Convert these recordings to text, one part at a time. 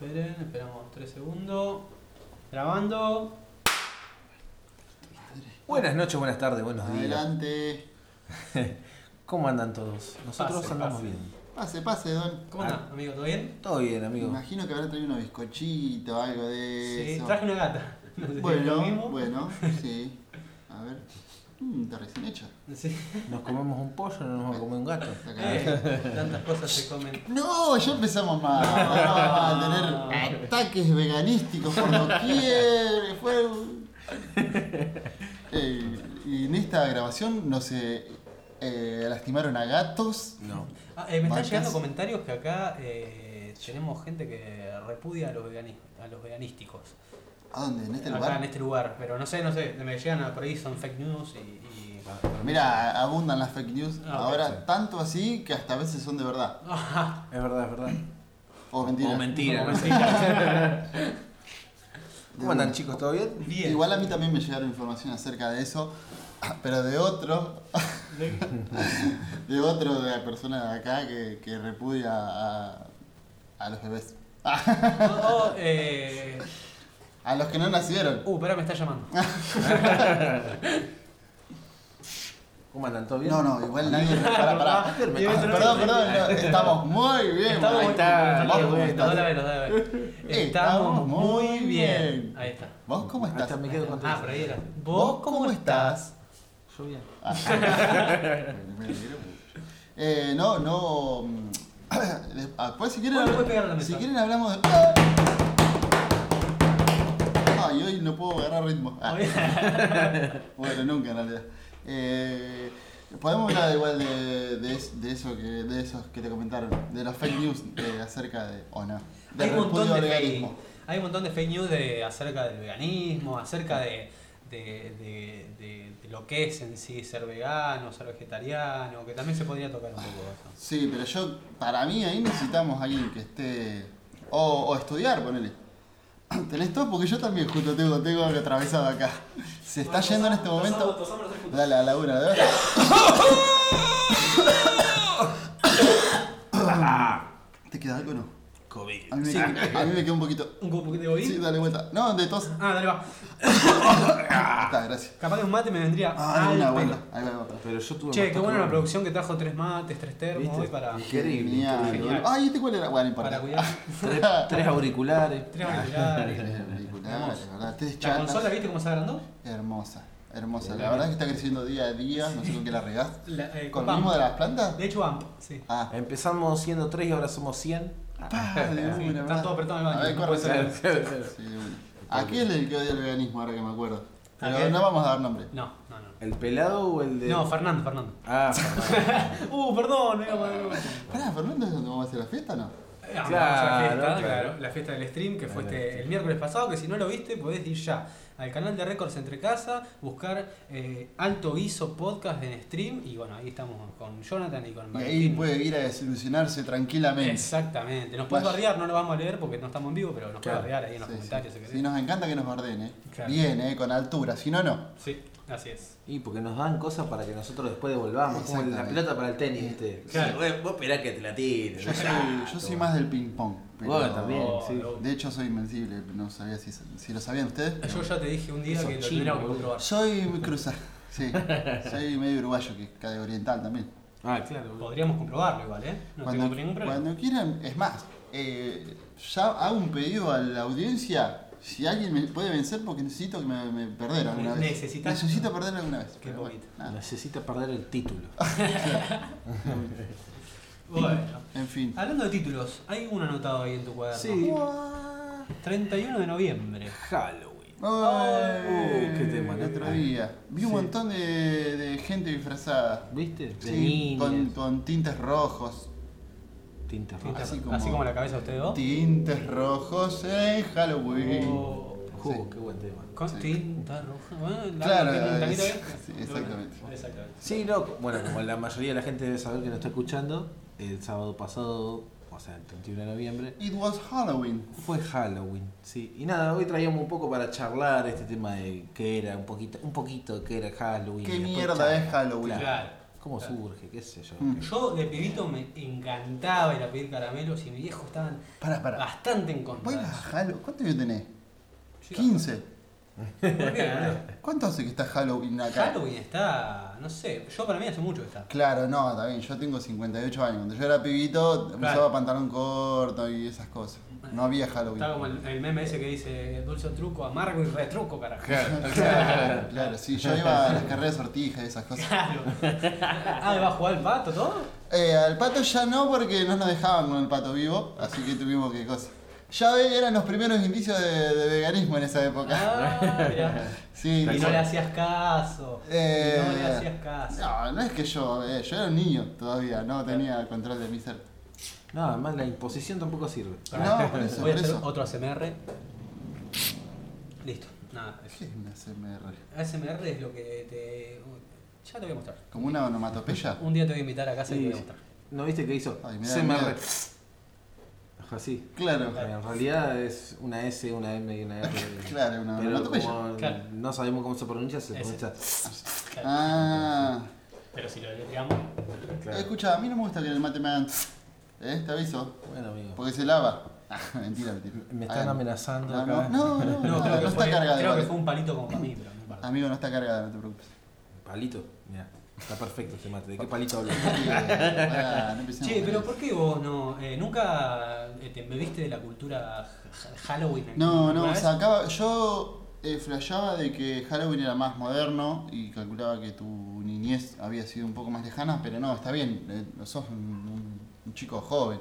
Esperen, esperamos 3 segundos. Grabando. Buenas noches, buenas tardes, buenos días. Adelante. ¿Cómo andan todos? Nosotros Pase, andamos pase. bien. Pase, pase, don. ¿Cómo estás, amigo? ¿Todo bien? Todo bien, Me amigo. imagino que habrá traído unos bizcochitos, algo de Sí, eso. traje una gata. No sé si es lo mismo. Eh, Bueno, bueno, sí. A ver. Mmm, está recién hecho. Sí. Nos comemos un pollo, no nos vamos a comer un gato. Está acá. Eh, tantas cosas se comen. No, ya empezamos mal. Vamos a tener ataques veganísticos por doquier. Fue. un- Eh, y en esta grabación no se eh, lastimaron a gatos. No. Ah, eh, me están Vacas. llegando comentarios que acá eh, tenemos gente que repudia a los, vegani- a los veganísticos. ¿A dónde? ¿En este acá en lugar? este lugar. Pero no sé, no sé. Me llegan a- por ahí, son fake news y. y- Ah, Mira, abundan las fake news. Ah, Ahora, sí. tanto así que hasta a veces son de verdad. Ah, Es verdad, es verdad. O mentira. O mentira. como no sé. mentira. ¿Cómo andan, chicos? ¿Todo bien? Bien. Igual a mí también me llegaron información acerca de eso, pero de otro, de otro de la persona de acá que, que repudia a, a los bebés. Oh, oh, eh, A los que no nacieron. Uh, pero me está llamando. ¿Cómo andan? ¿Todo bien? No, no, igual nadie. Pará, pará. Debe Ah, tener- Perdón, perdón, no, estamos muy bien. Estamos ahí muy está, bien. Vos Dale, cómo dale, estás. dale, dale, dale. Estamos Estamos muy muy bien. bien. Ahí está. ¿Vos cómo estás? Hasta me quedo contento. Ah, por ahí era. ¿Vos cómo estás? Yo bien. Me alegro mucho. Eh, no, no. mm, Después, si quieren, Bueno, habl- puede pegar a la mesa. si quieren hablamos de. Ay, hoy no puedo agarrar ritmo. Ah, bueno, nunca en realidad. Eh, podemos hablar igual de, de, es- de eso que, de esos que te comentaron, de los fake news de- acerca de. o no. Hay del un montón de repudio al fake, veganismo. hay un montón de fake news de, acerca del veganismo, acerca de, de, de- de- de lo que es en sí ser vegano, ser vegetariano, que también se podría tocar un poco eso. Sí, pero yo, para mí ahí necesitamos a alguien que esté. O, o estudiar, ponele. ¿Tenés todo? Porque yo también justo tengo, tengo algo atravesado acá. Se está yendo en este momento. Dale, a la una, ¿verdad? ¿Te queda algo o no? COVID. A mí, me, a mí me queda un poquito. ¿Un poco de oír? Sí, dale vuelta. No, de tos. Ah, dale, va. Está, gracias. Capaz que un mate me vendría. al Ah, de pelo. una vuelta. Ahí va otra. Pero yo tuve Che, qué bastante buena la problema. producción que trajo tres mates, tres termos ¿Viste? hoy para, Increíble. Genial. increíble. Genial. Ay, ¿este cuál era? Bueno, no para importa. cuidar. Tres, tres auriculares. Tres auriculares. Auriculares, de verdad. Ustedes La chatas. consola, ¿viste cómo se agrandó? Hermosa, hermosa. La verdad que está creciendo día a día, no sé con qué la regás. La, eh, ¿Con Bump. mismo de las plantas? De hecho, vamos, sí. Ah, Empezamos siendo tres y ahora somos 100. pa, de Sí, una, está ¿verdad? todo apretado en el baño, A ver, no corre, puede ser. corre. Sí, de una. Aquel es el que odia el veganismo, ahora que me acuerdo. Pero Aquel. no vamos a dar nombre. No, no, no. ¿El pelado o el de.? No, Fernando, Fernando. Ah, Fernando. Uh, perdón, Eh, no íbamos a Pará, Fernando, ¿es donde vamos a hacer la fiesta o no? Claro, la Claro, fiesta, claro. claro, la fiesta del stream que fue Ahí este, el miércoles pasado, que si no lo viste podés ir ya al canal de Records Entre Casa, buscar eh, Alto Guiso Podcast en stream y bueno, ahí estamos con Jonathan y con Y Valentín. ahí puede ir a desilusionarse tranquilamente. Exactamente, nos pueden Vaya. bardear, no lo vamos a leer porque no estamos en vivo, pero nos pueden Claro. bardear ahí en los Sí, sí. comentarios si Sí, querés. nos encanta que nos bardeen, ¿eh? Claro. Bien, ¿eh? Con altura, si no, no. Sí, así es. Y porque nos dan cosas para que nosotros después devolvamos, como la Exactamente. pelota para el tenis, ¿viste? Claro. Sí, vos esperás que te la tires. Yo soy, yo soy más del ping-pong. pero- Bueno, también, Oh, sí. lo- De hecho, soy invencible, no sabía si, si lo sabían ustedes. Yo ya te dije un día Esos que lo chinos, tuviéramos que boludo. comprobar. Soy muy cruzado, sí. Soy medio uruguayo, que es ca- oriental también. Ah, claro. Podríamos comprobarlo igual, ¿eh? No tengo ningún problema. cuando quieran, es más, eh, ya hago un pedido a la audiencia. Si alguien me puede vencer, porque necesito que me, me perder alguna vez. Necesitas- Necesito perder alguna vez. Qué pero bueno, bonito. nada. Necesita perder el título. Bueno. En fin. Hablando de títulos, hay uno anotado ahí en tu cuaderno. Sí. 31 de noviembre. Halloween. Ay, Uh, qué tema, ¿no? Otro día. Vi un montón de, de gente disfrazada. ¿Viste? De Sí, niñas, con, con tintes rojos. tintas Tinta- rojas. Así Así como, como- la cabeza de ustedes dos. Tintes rojos en Halloween. O- Ojo, qué buen tema. Oh, Con Sí. tinta roja. Bueno, la- Claro, la- la- la- es- la- la- sí, la- exactamente. Exactamente. Sí, no, bueno, como la mayoría de la gente debe saber que nos está escuchando, el sábado pasado, o sea, el 31 de noviembre, It was Halloween. Fue Halloween, sí. Y nada, hoy traíamos un poco para charlar este tema de qué era, un poquito, un poquito de qué era Halloween. ¿Qué y después mierda charlar. es Halloween? Claro. ¿Cómo Claro. surge? ¿Qué sé yo? Mm. Yo de pibito me encantaba ir a pedir caramelos y mi viejo estaban Pará, pará. bastante en contra. Voy de a eso. Halloween. ¿Cuánto yo tenés? Yo iba- 15. ¿Por qué, boludo? ¿Cuánto hace que está Halloween acá? Halloween está, no sé, yo para mí hace mucho que está. Claro, no, está bien. Yo tengo 58 años. Cuando yo era pibito, usaba pantalón corto y esas cosas. No había Halloween. Está como el, el meme ese que dice dulce o truco, amargo y retruco, carajo. Claro, claro, sí, yo iba a las carreras de sortija y esas cosas. Claro. Ah, ¿y ¿va a jugar el pato todo? Eh, al pato ya no, porque no nos dejaban con el pato vivo, así que tuvimos que cosa. Ya ve- eran los primeros indicios de, de veganismo en esa época. Ah, mirá. Sí, Y no- no le hacías caso. Eh, y no le hacías caso. No, no es que yo, eh, yo era un niño todavía, no tenía control de mi ser. No, además la imposición tampoco sirve. No, por eso, Voy a por hacer eso. otro ASMR. Listo. Nada. ¿Qué es un ASMR? ASMR es lo que te. Ya te voy a mostrar. ¿Como una onomatopeya? Un día te voy a invitar a casa y te Sí. voy a mostrar. ¿No viste qué hizo? Ay, me da Se me miedo. re... Así. Claro, En realidad es una S, una M y una R. claro, una Pero onomatopeya. como Claro. no sabemos cómo se pronuncia, se S. pronuncia. Ah, Pero si lo deletreamos. eh, escucha, a mí no me gusta que en el mate me hagan. ¿Eh? Te aviso, Bueno, amigo. porque se lava. Ah, mentira, mentira. Me están Hagan- amenazando No, acá. no, no, no, No, no, creo, que, no fue, está cargada. creo que vale. fue un palito con familia. pero no importa. Amigo, no está cargada, no te preocupes. Palito. Mira, está perfecto este mate. ¿De qué palito hablo? Pará, no empecemos Che, con pero eso. ¿por qué vos no? eh, ¿Nunca eh, te embebiste de la cultura ja- Halloween? No, alguna no, vez? sacaba. Yo eh, flasheaba de que Halloween era más moderno y calculaba que tu niñez había sido un poco más lejana, pero no, está bien, eh, sos un, un- un chico joven.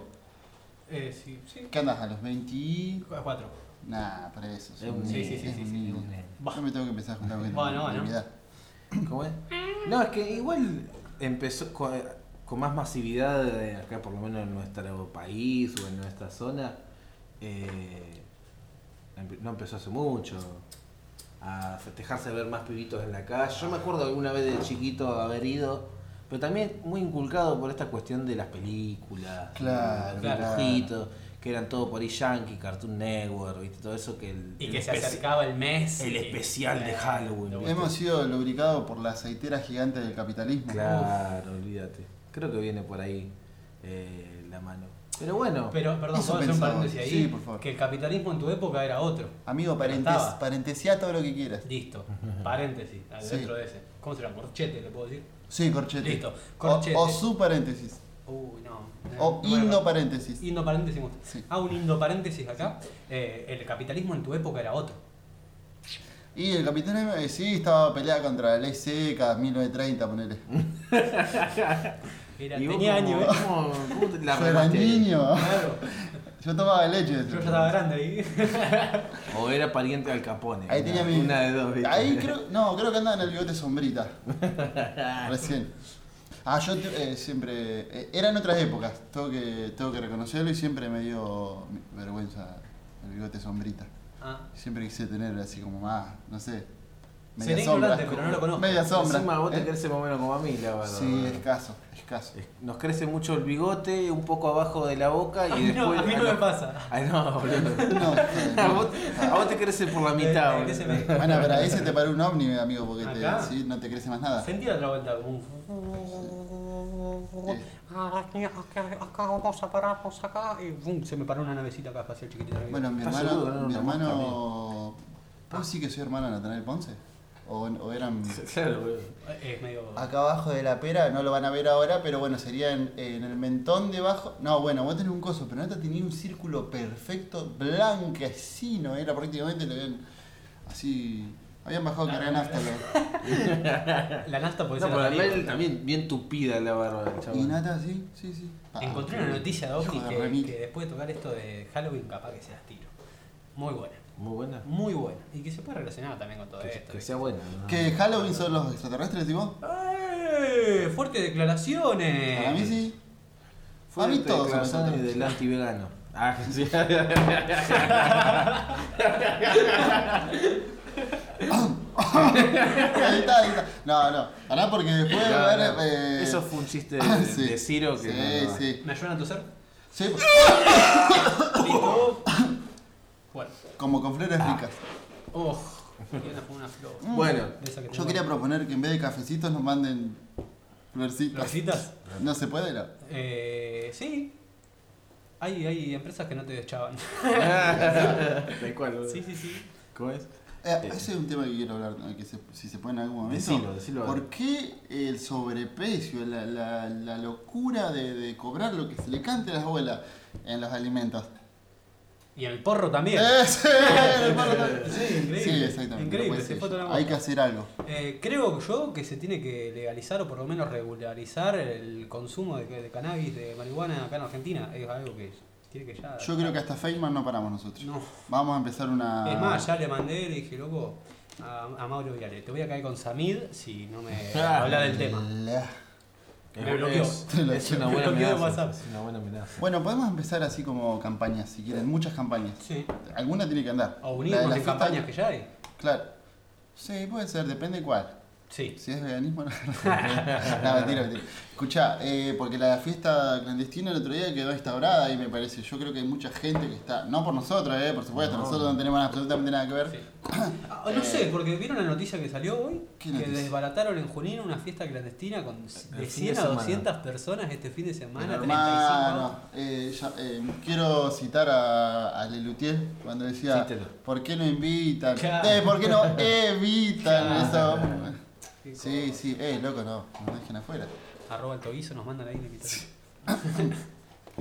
Eh, sí, sí. ¿Qué andas a los 20? y- Cu- Cuatro. Nah, para eso. sos Es un niño, Sí, sí, sí, es sí, un sí, niño. un nene. Bah. Yo me tengo que empezar a juntar con Bueno, con bueno. mi edad. ¿Cómo es? No, es que igual empezó con, con más masividad eh, acá, por lo menos en nuestro país o en nuestra zona. eh, empe- no empezó hace mucho a festejarse, a ver más pibitos en la calle. Yo me acuerdo alguna vez de chiquito haber ido, pero también muy inculcado por esta cuestión de las películas, Claro, los claro. dibujitos, que eran todo por ahí yankee, Cartoon Network, ¿viste? todo eso que el, Y el que se especi- acercaba el mes. el y- Eh, especial de Halloween, de- ¿viste? Hemos sido lubricados por la aceitera gigante del capitalismo. Claro, olvídate. Creo que viene por ahí eh, la mano. Pero bueno, Pero, perdón, Eso ¿puedo hacer un pensaba. paréntesis ahí? Sí, por favor. Que el capitalismo en tu época era otro. Amigo, Pero parentes, estaba. parentesía todo lo que quieras. Listo. Paréntesis, Sí. adentro de ese. ¿Cómo se llama? Corchete, le puedo decir. Sí, corchete. Listo, corchete. O, o su paréntesis. Uy, no. O No me lo- indo paréntesis. Indo paréntesis. me gusta. Sí. Ah, un indo paréntesis acá. Eh, el capitalismo en tu época era otro. Y el capitán M, eh, sí estaba peleada contra la ley seca 1930, ponele. Era, ¿y vos tenía cómo- años, ¿eh? ¿Cómo, cómo te la Yo era arreglaste ahí? niño. Claro. Yo tomaba leche. Yo ya estaba grande ahí. O era pariente al Capone. Ahí una, tenía mi. Una de dos, ¿viste? Ahí creo. No, creo que andaba en el bigote sombrita. Recién. Ah, yo eh, siempre. eh, eran otras épocas, tengo que, tengo que reconocerlo y siempre me dio vergüenza el bigote sombrita. Ah, Siempre quise tener así como más, no sé. Seré ignorante, pero no lo conozco. Media sombra. Encima vos te ¿eh? creces más o menos como a mí, la verdad. Sí, escaso, escaso. Es- Nos crece mucho el bigote, un poco abajo de la boca y A mí no- después. a mí no me pasa. Ay, no, boludo. No, A eh, vos, a vos te crece por la mitad, Eh, eh, que se boludo. me- Bueno, pero ahí se te paró un ovni, amigo, porque te- ¿Acá? sí, no te crece más nada. Sentí la otra vuelta como un Eh, Ahora aquí, acá, acá vamos a parar, vamos acá y Bum, se me paró una navecita acá espacial chiquitita. Bueno, mi ¿Estás hermano, seguro que no mi era una mosca, hermano, ¿vos sí que soy hermano de Natanael Ponce? ¿O, o eran Claro, boludo. Eh, es medio. acá abajo de la pera? No lo van a ver ahora, pero bueno, sería en, en el mentón debajo. No, bueno, vos tenés un coso, pero Nata tenía un círculo perfecto, blanquecino, era prácticamente lo habían así, habían bajado carga nafta. lo- La nasta puede No, ser. pero amarillo. él también bien tupida la barba del Y chabón. Nata, sí, sí, sí. Pa, Encontré una noticia Ah, de Opti hijo de que, remil. que después de tocar esto de Halloween, capaz que se las tiro. Muy buena, Muy buena. muy buena. Y que se puede relacionar también con todo Que, esto. que ¿viste? sea buena. ¿no? ¿Que Halloween son los extraterrestres, tipo? ¡Eh! ¡Fuertes declaraciones! Para mí sí. Fue este, A mí el todos son declaraciones extraterrestres. del anti-vegano. Ah, sí. ahí está, ahí está. No, no. Pará porque después de No, ver. no. eh, Eso fue un chiste de, sí. de Ciro que Sí, no, no. sí. ¿Me ayudan a toser? Sí, Listo. bueno. como con flores ricas. Oh, y una, una flor. Mm. Bueno, De esa que Yo tengo. quería proponer que en vez de cafecitos nos manden Florcitas. ¿Florcitas? No se puede, no. Eh, sí. Hay, hay empresas que no te deschaban. Tal cual, boludo. Sí, sí, sí. ¿Cómo es? Eh, ese es un tema que quiero hablar, eh, que se- si se puede en algún momento. Decilo, decilo. ¿Por qué el sobreprecio, la, la- la locura de, de cobrar lo que se le cante a las abuelas en los alimentos? Y el porro también. Eh, sí, hermano, Sí, increíble. Sí, exactamente. Increíble, no puede se ser. fue toda la Hay boca. que hacer algo. Eh, creo yo que se tiene que legalizar o por lo menos regularizar el consumo de, de cannabis, de marihuana acá en Argentina. Es algo que tiene que ya. Yo creo que hasta Feynman no paramos nosotros. No. Vamos a empezar una. Es más, ya le mandé, le dije, loco, a, a Mauro Viale, te voy a caer con Samid si no me habla del tema. La- Me bloqueó. Es, es una buena Me bloqueó de amenaza. WhatsApp. Es una buena amenaza. Bueno, podemos empezar así como campañas, si quieren, muchas campañas. Sí. Alguna tiene que andar. O La unirnos de la en fiesta- campañas que ya hay. Claro. Sí, puede ser, depende cuál. Sí. Si es veganismo, no. no, mentira, mentira. Escuchá, eh, porque la fiesta clandestina el otro día quedó instaurada y me parece. Yo creo que hay mucha gente que está. No por nosotros, eh, por supuesto, nosotros no tenemos absolutamente nada que ver. Sí. Ah, no sé, porque vieron la noticia que salió hoy, Eh, ¿Qué que noticia? desbarataron en Junín una fiesta clandestina con de de 100 a semana. 200 personas este fin de semana, 35 Hermano, eh, ya- eh, quiero citar a, a Lelutier cuando decía, Cítelo. ¿por qué no invitan? Claro. Eh, ¿Por qué no evitan Claro. eso? Qué Sí, cosa. sí, eh, loco, no, nos dejen afuera. Arroba el toguizo, nos mandan ahí la invitación.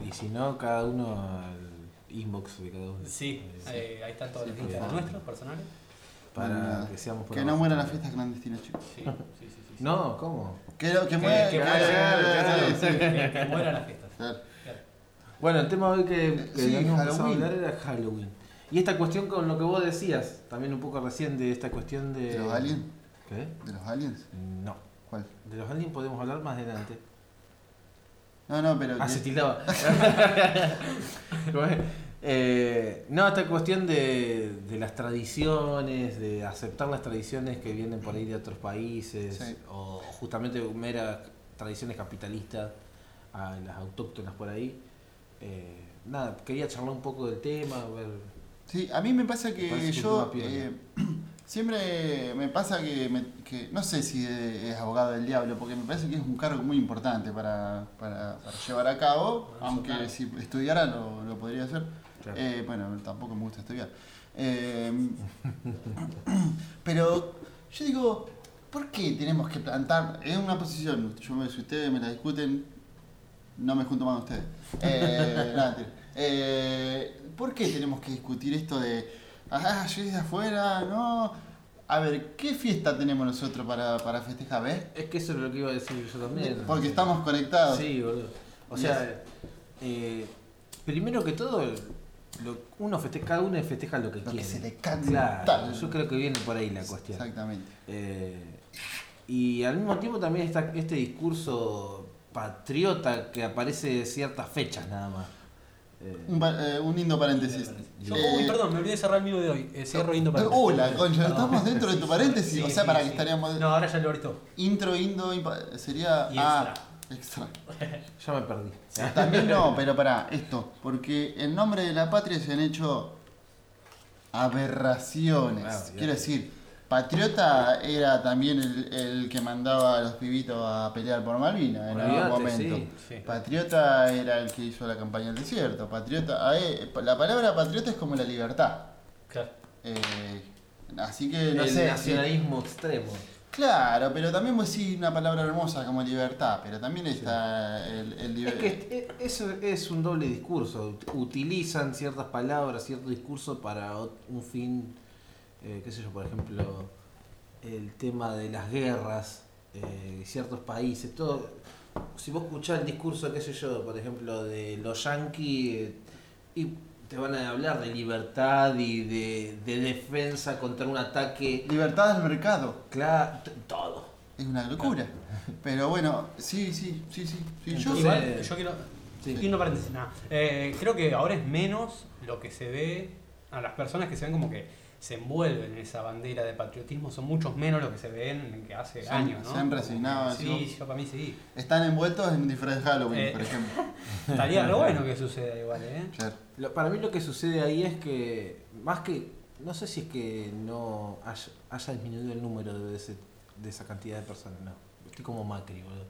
Y si no, cada uno al inbox de cada uno. Sí, Eh, eh, ahí están todos los Sí, links porque- nuestros personales. Para Nada. que seamos por Que no abajo. mueran las fiestas clandestinas, chicos. Sí, sí, sí. sí, sí. No, ¿cómo? Que, no- que que, mueran. que claro, muera, sí, sí, que- que mueran las fiestas. claro. Claro. Bueno, el tema hoy que, que Sí, habíamos empezado a Halloween. hablar era Halloween. Y esta cuestión con lo que vos decías, también un poco recién, de esta cuestión de... ¿De los aliens? ¿Qué? ¿De los aliens? No. ¿Cuál? De los aliens podemos hablar más adelante. No, no, pero. Ah, que- se tildaba. ¿Cómo es? Eh, no, esta cuestión de, de las tradiciones, de aceptar las tradiciones que vienen por ahí de otros países, Sí. o justamente meras tradiciones capitalistas, a las autóctonas por ahí. Eh, nada, quería charlar un poco del tema, a ver. Sí, a mí me pasa que Me parece que yo un tema piola. eh, siempre me pasa que, me- que- no sé si es abogado del diablo, porque me parece que es un cargo muy importante para, para- para llevar a cabo, Bueno, aunque claro. si estudiara lo, lo podría hacer. Claro. Eh, bueno, tampoco me gusta estudiar. Eh, pero yo digo, ¿por qué tenemos que plantar? Es una posición, yo me- si ustedes me la discuten, no me junto más a ustedes. Eh, nada, mentira. Eh, ¿Por qué tenemos que discutir esto de, ah, yo desde afuera, no? A ver, ¿qué fiesta tenemos nosotros para, para festejar? ¿Ves? Es que eso es lo que iba a decir yo también. Porque estamos conectados. Sí, boludo. O sea, eh, primero que todo, lo- uno festeja, cada uno festeja lo que Lo que quiere. se le canta. Claro, yo creo que viene por ahí la cuestión. Exactamente. Eh, y al mismo tiempo también está este discurso patriota que aparece de ciertas fechas nada más. Eh, Un, pa- eh, un lindo paréntesis. Yo, Eh, uy, perdón, me olvidé de cerrar el mío de hoy. Eh, cierro Indo para. Uh, la concha, Perdón. estamos dentro de tu paréntesis, o sea, para que estaríamos- No, ahora ya lo ahorito. Intro, indo, impa- sería... Y ah, extra. ya me perdí. También no, pero pará, esto. Porque en nombre de la patria se han hecho aberraciones. Ah, bien. Quiero decir, patriota era también el, el que mandaba a los pibitos a pelear por Malvinas en Olvídate, algún momento. sí. Sí. Patriota era el que hizo la campaña del desierto. Patriota, ah, eh, la palabra patriota es como la libertad. Claro. Eh, así que no El sé. si- nacionalismo extremo. Claro, pero también vos decís una palabra hermosa como libertad, pero también está el, el liber- Es que e- eso es un doble discurso. Utilizan ciertas palabras, cierto discurso para ot- un fin, eh, qué sé yo, por ejemplo, el tema de las guerras, eh, ciertos países, todo. Si vos escuchás el discurso, qué sé yo, por ejemplo, de los yanquis, eh, y te van a hablar de libertad y de, de defensa contra un ataque, Libertad del mercado. claro, todo. Es una locura. Pero bueno, sí, sí, sí, sí. sí. Yo, Entonces- Igual, eh, yo quiero. sí. Y no paréntesis, nada. Eh, creo que ahora es menos lo que se ve a las personas que se ven como que se envuelven en esa bandera de patriotismo, son muchos menos los que se ven que hace Se han- años, ¿no? se han resignado, Sí, decimos. yo para mí sí. están envueltos en disfraz de Halloween, Eh. por ejemplo. Estaría re bueno que suceda igual, ¿eh? Claro. Lo- para mí lo que sucede ahí es que, más que, no sé si es que no haya, haya disminuido el número de, ese- de esa cantidad de personas, no, Estoy como Macri, boludo.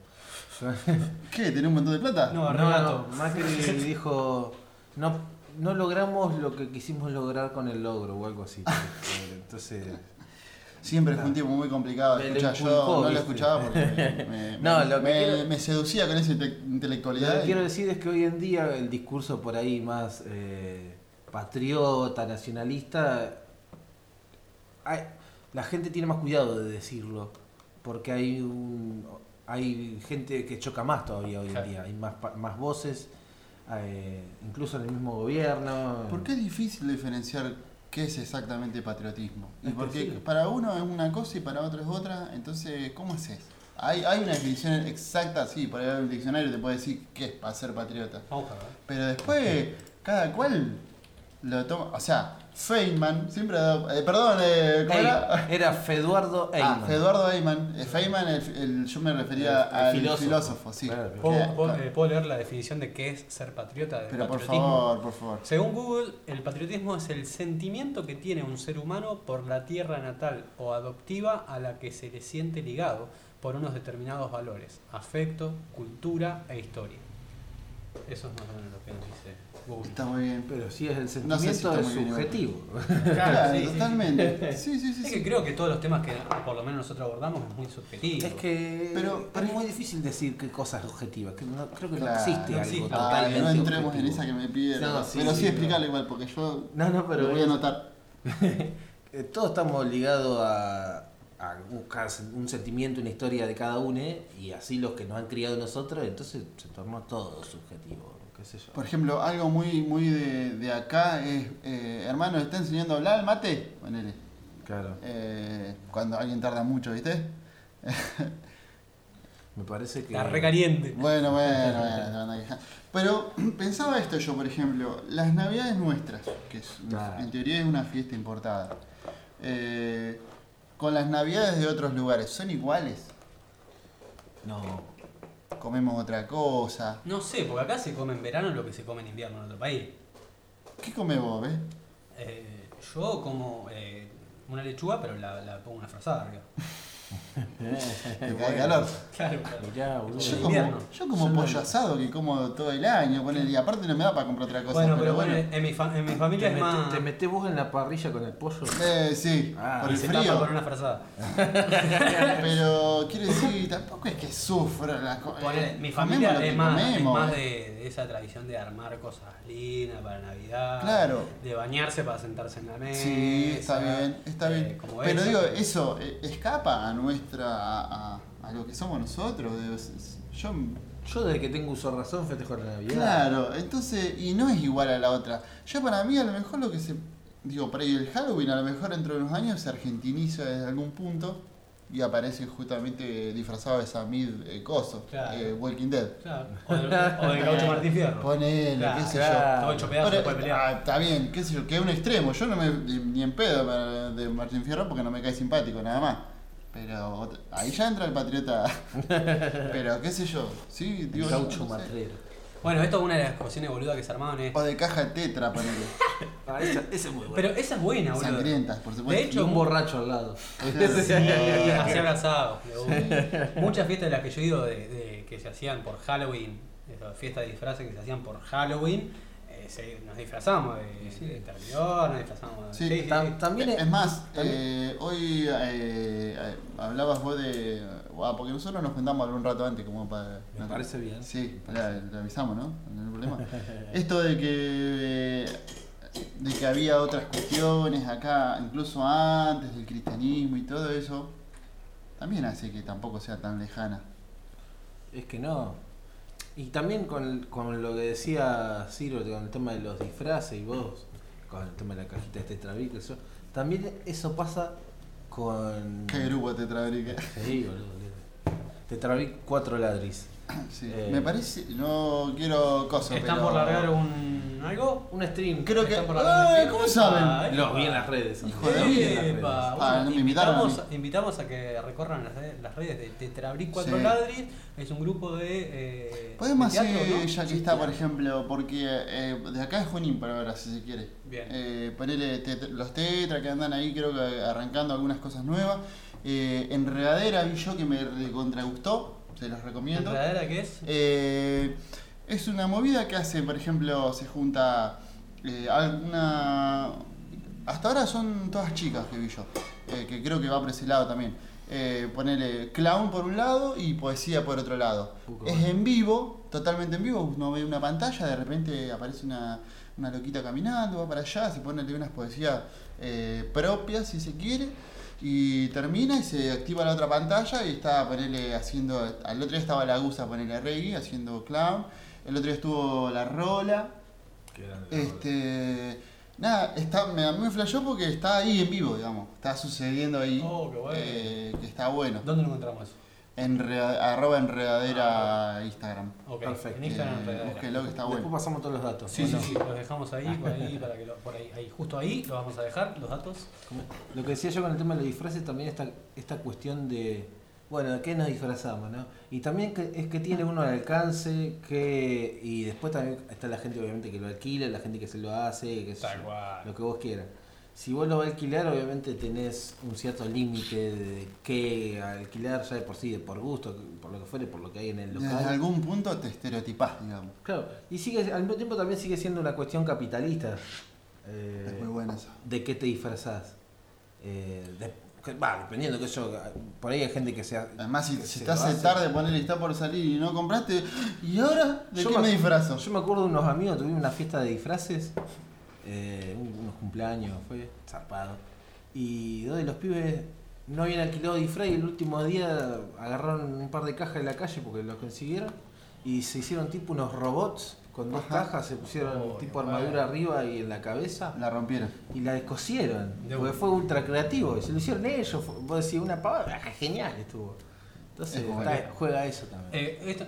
¿Qué? ¿Tenés un montón de plata? No, No, Renato. Macri dijo, no, no logramos lo que quisimos lograr con el logro o algo así. Entonces... Siempre fue un tipo muy complicado. Me lo Escucha, inculcó, yo no lo ¿viste? escuchaba porque me, me- No, lo que me- quiero- me seducía con esa inte- Lo intelectualidad. que y- quiero decir es que hoy en día el discurso por ahí más eh, patriota, nacionalista, hay- la gente tiene más cuidado de decirlo, porque hay un, hay gente que choca más todavía hoy en Claro. día, hay más, pa- más voces, eh, incluso en el mismo gobierno. ¿Por qué es difícil diferenciar qué es exactamente patriotismo? Y Es que porque sí. para uno es una cosa y para otro es otra, entonces, ¿cómo haces? Hay, hay una definición exacta, sí, por ahí hay un diccionario que te puede decir qué es para ser patriota. Vamos a ver. Pero después, cada cual lo toma. O sea, Feynman siempre ha dado. eh, perdón, eh, ¿cómo Ey, era? era Feduardo Eyman. Ah, Eduardo Feynman. Eh, Feynman, el- el- yo me refería El- el al filósofo. filósofo, sí. Claro, claro. Que- ¿Puedo, puedo- eh, puedo leer la definición de qué es ser patriota? de Pero por patriotismo? favor, por favor. Según Google, el patriotismo es el sentimiento que tiene un ser humano por la tierra natal o adoptiva a la que se le siente ligado por unos determinados valores, afecto, cultura e historia. Eso es más o menos lo que nos dice Google. Está muy bien. Pero sí es el No sé si sentimiento está es muy bien, subjetivo. Claro, sí, sí, sí. totalmente. Sí, sí, sí. Es sí. que creo que todos los temas que por lo menos nosotros abordamos es muy subjetivo. Es que Pero- pero- es muy difícil decir qué cosa es objetiva. Que no- creo que Claro, no existe no algo existe. Ay, totalmente no entremos en objetivo. esa que me pide. No, la- sí, pero sí, sí, explicarlo igual, porque yo No, no, pero lo voy a anotar. eh, todos estamos ligados a, a buscar sen- un sentimiento, una historia de cada uno, ¿eh? y así los que nos han criado nosotros, entonces se tornó todo subjetivo, qué sé yo. Por ejemplo, algo muy, muy de, de acá es, eh, hermano, ¿está enseñando a hablar el mate? Ponele. Claro. Eh, cuando alguien tarda mucho, ¿viste? Me parece que... La recaliente. Bueno, bueno, bueno, te van a quejar. Pero pensaba esto yo, por ejemplo, las navidades nuestras, que es una- Claro. en teoría es una fiesta importada, eh, con las navidades de otros lugares, ¿son iguales? No. ¿Comemos otra cosa? No sé, porque acá se come en verano lo que se come en invierno en otro país. ¿Qué come vos, ves? Eh, yo como eh, una lechuga, pero la, la pongo una frazada arriba. Te cae calor. Claro, claro. Mirá, boludo. Yo invierno. como, yo como Yo no- pollo asado que como todo el año, ponele, y aparte no me da para comprar otra cosa. bueno, pero bueno, en mi, fa- en mi ¿Te, familia es metés- más... te metés vos en la parrilla con el pollo? Eh, sí, Ah, por y el se tapa frío. con una frazada. Pero quiero decir, tampoco es que sufro las cosas. Ponele, mi familia es más, es más eh. de, de esa tradición de armar cosas lindas para Navidad. Claro. De bañarse para sentarse en la mesa. Sí, está bien, está eh, bien. como Pero eso. digo, eso eh, escapa a nuestra. a, a- a lo que somos nosotros. de- es- es- yo. Yo desde que tengo uso razón festejo la Navidad. Claro, entonces. Y no es igual a la otra. Yo para mí, a lo mejor lo que se. Digo, por ahí el Halloween, a lo mejor dentro de unos años se argentiniza desde algún punto y aparece justamente disfrazado de Samid eh, Coso, Claro. eh, Walking Dead. Claro. O del, o del gaucho Martín Fierro. Ponele, Claro, qué sé claro. yo. Todo hecho pedazos, Pero, puede pelear. ah, está bien, qué sé yo, que es un extremo. Yo no me ni en pedo ma- de Martín Fierro porque no me cae simpático, nada más. Pero ot- ahí ya entra el patriota. Pero qué sé yo, sí, El digo. yo, gaucho no sé. matrero. Bueno, esto es una de las cuestiones boludas que se armaban. eh. O de caja tetra, ponele. Ah, esa, esa es muy buena. Pero esa es buena, boludo. Sangrientas, por supuesto. De Y hecho, un borracho al lado. Y así abrazado. de una. Muchas fiestas de las que yo he ido de, de- que se hacían por Halloween, esas fiestas de disfraces que se hacían por Halloween, eh, se- nos disfrazamos de, de Terminator, nos disfrazamos de... Sí, em- Tam- también Eh, es, es, más, también- eh, hoy eh, eh, hablabas vos de. ah, porque nosotros nos juntamos un rato antes, como para. Me parece bien. Sí, pará, lo avisamos, ¿no? No hay problema. Esto de que de que había otras cuestiones acá, incluso antes del cristianismo y todo eso, también hace que tampoco sea tan lejana. Es que no. Y también con, con lo que decía Ciro, con el tema de los disfraces y vos, con el tema de la cajita de Tetrabric, eso, también eso pasa con... Qué grupo te trabrique. Sí, boludo. Tetrabric cuatro ladris. Sí. Eh. Me parece, no quiero cosas, Están pero por largar un, hicieron algo. Un stream. Creo que. Están por la ¡Ay! ¿Cómo saben? Los vi en las redes. Hijo los vi en las redes. Epa, Ah, bueno, no me invitaron a invitamos, invitamos a que recorran las, redes- las redes de Tetrabrí Cuatro Sí. Ladris. Es un grupo de. Eh, Podemos de teatro, hacer, ¿no? ya que está, por ejemplo, porque eh, de acá es Junín para ahora, si se quiere. Bien. Eh, ponerle tetra- los tetra que andan ahí, creo que arrancando algunas cosas nuevas. Eh, Enredadera vi yo que me recontra gustó, se los recomiendo. ¿Verdadera que es? Eh, es una movida que hace, por ejemplo, se junta eh, alguna. Hasta ahora son todas chicas que vi yo, eh, que creo que va por ese lado también. Eh, ponele clown por un lado y poesía por otro lado. Poco es bueno. en vivo, totalmente en vivo, no ve una pantalla, de repente aparece una, una loquita caminando, va para allá, se pone a leer unas poesías eh, propias si se quiere, y termina y se activa la otra pantalla y está ponele haciendo, al otro día estaba la gusa ponele reggae haciendo clown, el otro día estuvo la rola, Qué grande. este nada, está, me, a mí me flashó porque está ahí en vivo, digamos, está sucediendo ahí, Oh, qué bueno. eh, que está bueno. ¿Dónde lo encontramos? Enreda- arroba enredadera Ah. Instagram. Ok, Perfecto. En Instagram, Eh, Enredadera. búsquenlo, que está bueno. Después pasamos todos los datos. Sí, ¿o sí, no? sí, los dejamos ahí, por ahí, para que lo- por ahí, ahí, justo ahí, los vamos a dejar, los datos. Como- Lo que decía yo con el tema de los disfraces, también esta, esta cuestión de, bueno, ¿de qué nos disfrazamos? ¿no? Y también que, es que tiene uno al alcance, que, y después también está la gente obviamente que lo alquila, la gente que se lo hace, que Tal cual. lo que vos quieras. Si vos lo vas a alquilar, obviamente tenés un cierto límite de qué alquilar ya de por sí, de por gusto, por lo que fuere, por lo que hay en el Desde local. algún punto te estereotipás, digamos. Claro, y sigue, al mismo tiempo también sigue siendo una cuestión capitalista. eh, Es muy buena esa. de qué te disfrazás. Eh, de- que- va, dependiendo que yo. Por ahí hay gente que sea. Además, si, que si se estás lo hace. tarde, ponele, está por salir y no compraste, ¿y ahora de Yo qué me ac- disfrazo? Yo me acuerdo de unos amigos, tuvimos una fiesta de disfraces, eh, un- unos cumpleaños, fue zarpado. Y dos de los pibes no habían alquilado disfraz y el último día agarraron un par de cajas de la calle porque los consiguieron y se hicieron tipo unos robots con dos Ajá. cajas, se pusieron Oh, tipo qué armadura bueno. arriba y en la cabeza. La rompieron. y la descosieron. De porque una. fue ultra creativo. Y se lo hicieron ellos. fue- Vos decís, una pavada. ah, Genial estuvo. Entonces Es como está- que- juega eso también. Eh, esto-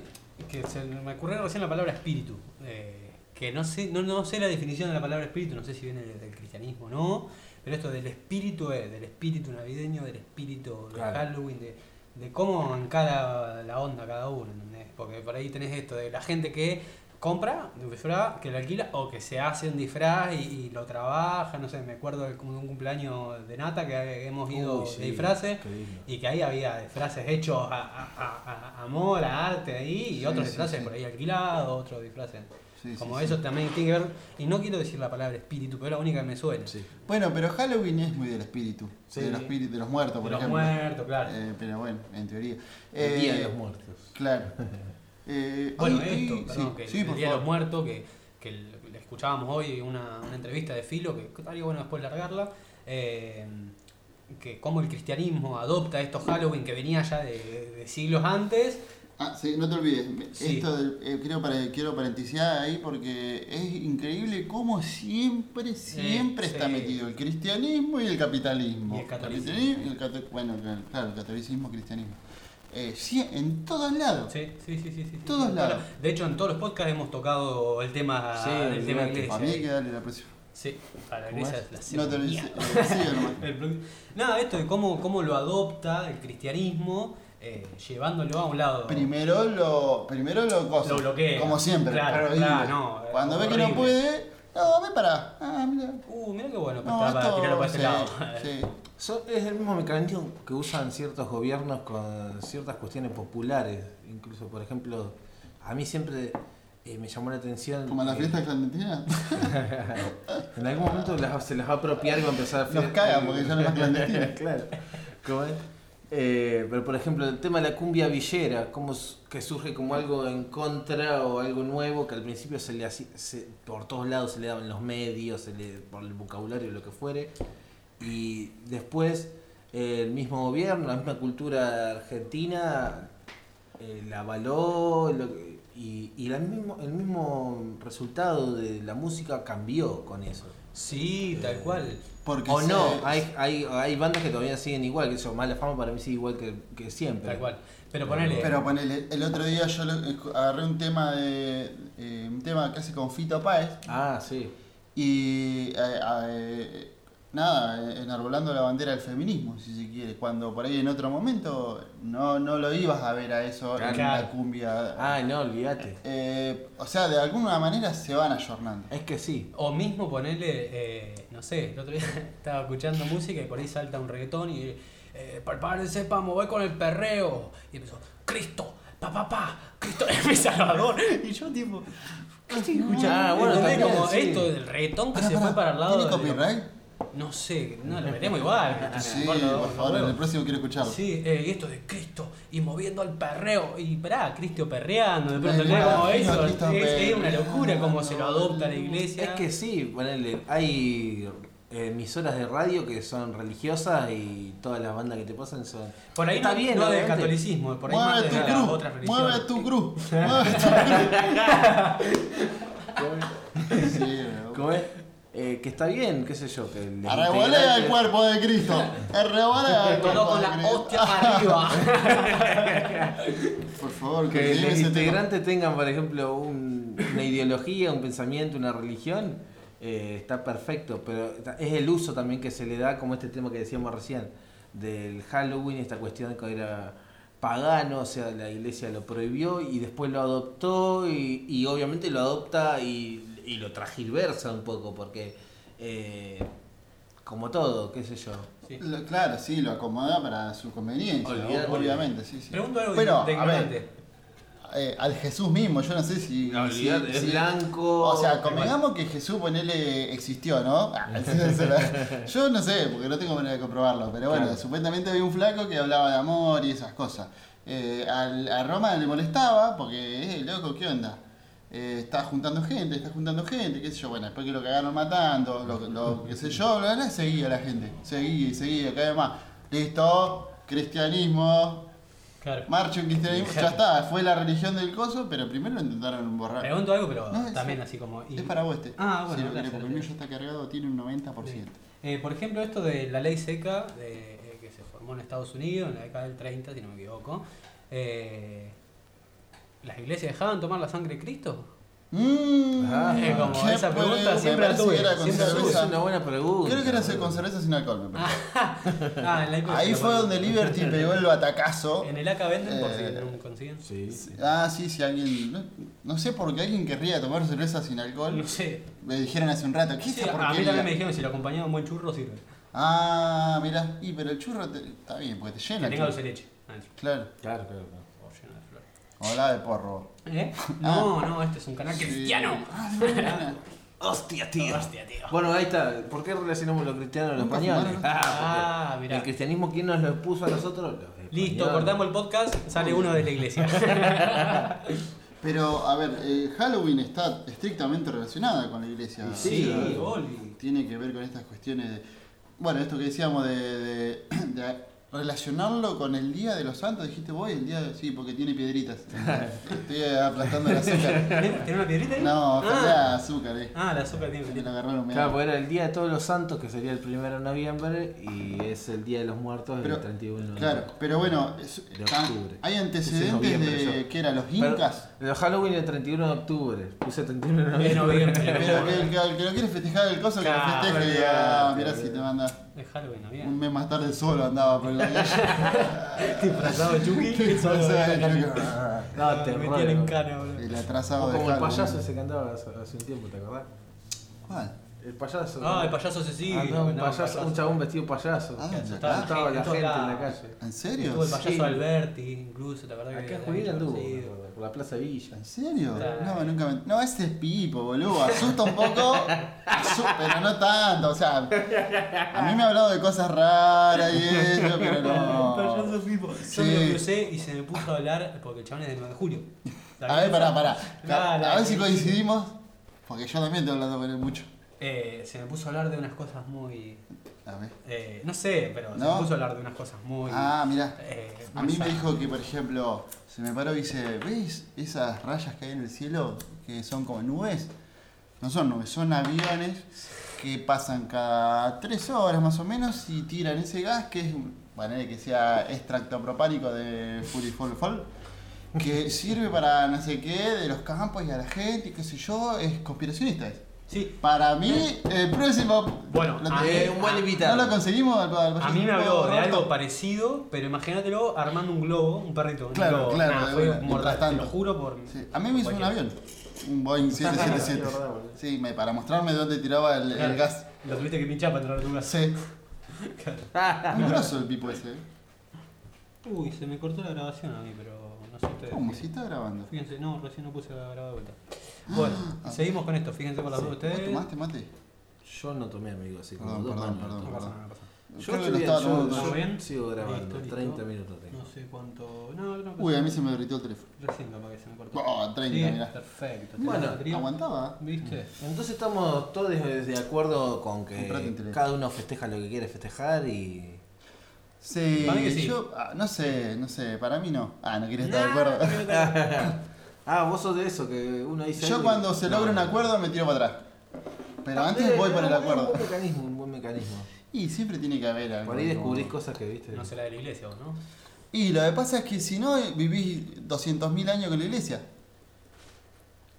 que se me ocurrió recién la palabra espíritu. eh, que no sé, no, no sé la definición de la palabra espíritu, no sé si viene del, del cristianismo o no, pero esto del espíritu es, del espíritu navideño, del espíritu de Claro. Halloween, de, de cómo encara la onda cada uno, ¿entendés? Porque por ahí tenés esto de la gente que compra de un disfraz, que lo alquila, o que se hace un disfraz y, y lo trabaja, no sé, me acuerdo de un cumpleaños de Nata que hemos ido Uy, sí, de disfraces qué lindo. y que ahí había disfraces hechos a, a- a- a- a amor, a arte ahí, y Sí, otros sí, disfraces sí. por ahí alquilados, otros disfraces. Sí, sí, Como sí. eso también tiene que ver, y no quiero decir la palabra espíritu, pero es la única que me suena. Sí. Bueno, pero Halloween es muy del espíritu. Sí. De, los espíritu- de los muertos, De por los ejemplo. muertos, claro. Eh, pero bueno, en teoría. El Día de Eh, los Muertos. Claro. Eh, Bueno, hoy- esto, hoy- perdón, sí, que sí, el por Día de los favor. Muertos, que, que el- le escuchábamos hoy una, una entrevista de Filo, que estaría bueno después largarla, eh, que cómo el cristianismo adopta estos Halloween que venía ya de, de siglos antes. Ah, sí, no te olvides. Sí. Esto del- eh, creo para, quiero parenticiar ahí porque es increíble cómo siempre, siempre sí. está metido el cristianismo y el capitalismo. Y el catolicismo. Capitalismo y el cate- bueno, claro, el catolicismo, cristianismo. Eh, sí, en todos lados. Sí, sí, sí, sí. sí, sí. Todos lados. De hecho, en todos los podcasts hemos tocado el tema, Sí, el tema olvidate. iglesia. Para mí hay que darle la presión. Sí, para la ¿Cómo iglesia es? es la No te ceremonia. olvides. eh, sigue nomás. El pro- Nada, esto de cómo, cómo lo adopta el cristianismo, eh, llevándolo a un lado. Primero lo, primero lo, cosa, Lo bloquea. Como siempre. Claro, horrible. claro, no, eh, Cuando ve que no horrible. puede, no, me para. Ah, mira. Uh, mira qué bueno, No, está para esto- tirarlo para sí, este lado. sí. So- es el mismo mecanismo que usan ciertos gobiernos con ciertas cuestiones populares. Incluso, por ejemplo, a mí siempre eh, me llamó la atención. Como en las eh, fiestas clandestinas. En algún momento las- se las va a apropiar y va a empezar a Nos cagan porque son las clandestinas. claro. ¿Cómo es? Eh, pero por ejemplo, el tema de la cumbia villera, como s- que surge como algo en contra o algo nuevo que al principio se le hacía- se- por todos lados se le daban los medios, se le, por el vocabulario lo que fuere. Y después eh, el mismo gobierno, la misma cultura argentina eh, la avaló lo que- Y, y la mismo, el mismo resultado de la música cambió con eso. Sí, tal cual. Porque O se- no, hay, hay, hay bandas que todavía siguen igual, que eso, mala fama para mí sigue igual que, que siempre. Tal cual. Pero ponele. Pero ponele, el otro día yo lo- escu- agarré un tema de. eh, un tema que hace con Fito Páez Ah, sí. y. eh, eh, nada, eh, enarbolando la bandera del feminismo, si se quiere. Cuando por ahí en otro momento no, no lo ibas a ver a eso en Claro. la cumbia. Ah, no, olvídate. Eh, o sea, de alguna manera se van ayornando. Es que sí. O mismo ponele, eh, no sé, el otro día estaba escuchando música y por ahí salta un reggaetón y eh, prepárense para mover con el perreo. Y empezó, Cristo, pa pa pa, Cristo es mi salvador. Y yo tipo, ¿qué estoy escuchando? Ah, bueno, Entendés, también, como sí. esto del reggaetón que Pará, se pará, fue para el lado. ¿Tiene de lo- Ah, copyright? No sé, no, lo veremos igual. Sí, Gordo, gordo, por favor, en huevo. el próximo quiero escucharlo. Sí, eh, y esto de Cristo y moviendo al perreo. Y pará, Cristo perreando, de pronto Me ¿entendés como imagino a eso. Cristo Es, es una perreando. locura como se lo adopta la iglesia. Es que sí, ponele, hay eh, emisoras de radio que son religiosas y todas las bandas que te pasan son... Por ahí Está no, bien, no del obviamente. catolicismo, por ahí más mueve de tu las cruz, otras religiones. mueve tu cruz, mueve tu cruz. sí, ¿Cómo es? Eh, que está bien, qué sé yo, que... el Arrebolea el integrante- cuerpo de Cristo. Arrebolea el Todo cuerpo con de la Cristo. hostia para arriba. Por favor, Que llegue los ese tema. integrantes tengan, por ejemplo, un- una ideología, un pensamiento, una religión, eh, está perfecto, pero ta- es el uso también que se le da, como este tema que decíamos recién, del Halloween, esta cuestión que era pagano, o sea, la iglesia lo prohibió y después lo adoptó y, y obviamente lo adopta y, y lo tragilversa un poco, porque eh, como todo, qué sé yo. Sí. Lo- claro, sí, lo acomoda para su conveniencia, Olvidate. obviamente, sí, sí. Pregunto algo Pero, de a ignorante. ver, eh, al Jesús mismo, yo no sé si... si- Olvidate, es si- blanco. O sea, convengamos que Jesús, ponele, existió, ¿no? Ah, sí, se la- Yo no sé, porque no tengo manera de comprobarlo, pero bueno, Claro. supuestamente había un flaco que hablaba de amor y esas cosas. Eh, al- a Roma le molestaba porque, eh, loco, ¿qué onda? Eh, está juntando gente, está juntando gente, qué sé yo, bueno, después que lo cagaron matando, lo, lo- qué sé yo, bla, bla, seguía la gente, seguía y seguía, cada vez más. Listo, cristianismo, Claro. marcha en cristianismo, ya está, fue la religión del coso, pero primero intentaron borrar. Pregunto algo, pero No, es- también así como. y- Es para vos este. Ah, bueno, Si lo querés, gracias, porque el mío gracias. ya está cargado, tiene un 90%. Eh, por ejemplo, esto de la ley seca de- eh, que se formó en Estados Unidos en la década del 30, si no me equivoco. eh, ¿Las iglesias dejaban tomar la sangre de Cristo? Mmm. Ajá. Eh, como esa pregunta siempre la tuve, siempre la tuve. Es una buena pregunta. Creo que era con cerveza sin alcohol, me parece. Ah, en la época Ahí se fue lo- donde Liberty pegó el batacazo. En el ACA venden por si Eh, no consiguen. Sí, sí. Ah, sí, si alguien. No, no sé por qué alguien querría tomar cerveza sin alcohol. No sé. Me dijeron hace un rato, ¿qué es Sí, esa a mí porquería? también me dijeron si lo acompañaba un buen churro sirve. Ah, mirá, y pero el churro te- está bien, porque te Que llena. el tenga dulce churro. de leche. Ah, adentro. Claro, Claro, claro. claro. O lleno de flores. hola de porro. ¿Eh? No, no, este es un canal cristiano. Sí. Hostia, tío. Hostia, tío. Bueno, ahí está. ¿Por qué relacionamos lo cristiano a los Nunca españoles? fumaron. Ah, porque mirá. El cristianismo, ¿quién nos lo expuso a nosotros? Los españoles. Listo, cortamos el podcast, sale uno de la iglesia. Pero, a ver, eh, Halloween está estrictamente relacionada con la iglesia. Y sí, Eh, Oli. Tiene que ver con estas cuestiones de. Bueno, esto que decíamos de, de- de relacionarlo con el Día de los Santos, dijiste vos, el día. Sí, porque tiene piedritas. Estoy aplastando el azúcar. ¿Tiene una piedrita ahí? No, ojalá ah, azúcar, eh. ah, la azúcar tiene Me lo piedrita. agarraron, me Claro, da- porque era el día de todos los santos, que sería el 1 de noviembre, y es el día de los muertos, Pero- el 31 de Claro, pero bueno, es- ah, De octubre. hay Ese es antecedentes noviembre, de yo. que eran los Pero- incas. Los Halloween el 31 de octubre. Puse 31 de De noviembre. noviembre. Pero que el que, el que no quiere festejar el coso, que lo Claro, festeje. y, Ah, mirá si te manda. Es Halloween, Un bien. mes más tarde solo andaba por la Disfrazado de Chucky, que solo calle. No, te me tienen cana, boludo. El Como atrasado de el Halloween. payaso ese que andaba hace hace un tiempo, ¿te acordás? ¿Cuál? El payaso. Ah, el payaso se sigue. Andaba un, payaso, un chabón vestido payaso. Ah, que ¿dónde? asustaba a la Ah, gente en la ah. calle. ¿En Estuvo serio? el payaso Sí. Alberti, incluso, la verdad que. Acá era Julián muy anduvo, me conocido. acuerdo, por la Plaza Villa. ¿En serio? Claro. No, nunca me... No, ese es Pipo, boludo. Asusta un poco, asu- pero no tanto. O sea, a mí me ha hablado de cosas raras y eso, pero no. Payaso Pipo. Yo Ah. Sí. me lo crucé y se me puso a hablar porque el chabón es del 9 de julio. A ver, pará, pará. Claro. A ver si coincidimos, porque yo también estoy hablando con él mucho. Eh, se me puso a hablar de unas cosas muy. A ver. Eh, no sé, pero ¿No? se puso a hablar de unas cosas muy. Ah, mirá. eh, A mí me allá. dijo que, por ejemplo, se me paró y dice, ¿ves esas rayas que hay en el cielo que son como nubes? No son nubes, son aviones que pasan cada tres horas más o menos y tiran ese gas que es, bueno, que sea extracto propánico de Furifol que sirve para no sé qué, de los campos y a la gente y qué sé yo, es conspiracionista. es. Sí, Para Eh. mí, el próximo... Bueno, lo a te- mí- Eh, un buen no invitado. lo conseguimos. al- al- a mí me habló de Roberto. algo parecido, pero imagínatelo armando un globo, un perrito. Un Claro, globo. claro, Nah, de fue una, mientras mortal. Te tanto. lo juro por. Sí, A mí me hizo un cualquier- avión. Un Boeing Sí, 777. verdad, boludo. Sí, me- para mostrarme dónde tiraba el, el Claro, gas. Lo tuviste que pinchar para entrar a tu casa. Sí. Muy grosso el pipo ese. ¿eh? Uy, se me cortó la grabación a mí, pero no sé ustedes. ¿Cómo? Si está grabando. Fíjense, no, recién no puse la grabada de vuelta. Ah. Bueno, seguimos con esto, fíjense por las Sí. dudas ¿Vos ustedes. tomaste mate? Yo no tomé, amigo, así como Perdón, dos perdón, manos. perdón. No pasa nada, no pasa nada. Yo, Creo que estoy lo bien, estaba yo- tomando. yo ¿Está bien? sigo grabando, Listo, listo. 30 minutos tengo. No sé cuánto. No, no, Uy, a mí se me gritó el teléfono. Recién capaz que se me cortó. Oh, 30, Sí, mirá. Perfecto. Bueno, Tenés batería. Aguantaba. ¿Viste? Entonces estamos todos de acuerdo con Comprate un que teléfono. cada uno festeja lo que quiere festejar y... Sí, Para mí que sí. yo ah, no sé, no sé, para mí no. Ah, no quería estar de Nah, acuerdo. no quiero estar- Ah, vos sos de eso, que uno dice... Yo algo y- cuando se logra un No. acuerdo me tiro para atrás. Pero antes Eh, voy no, por el es Un acuerdo. buen mecanismo, un buen mecanismo. Y siempre tiene que haber algo. Por ahí ¿no? descubrís cosas que viste. No será de la iglesia, ¿o no? Y lo que pasa es que si no, vivís 200.000 años con la iglesia.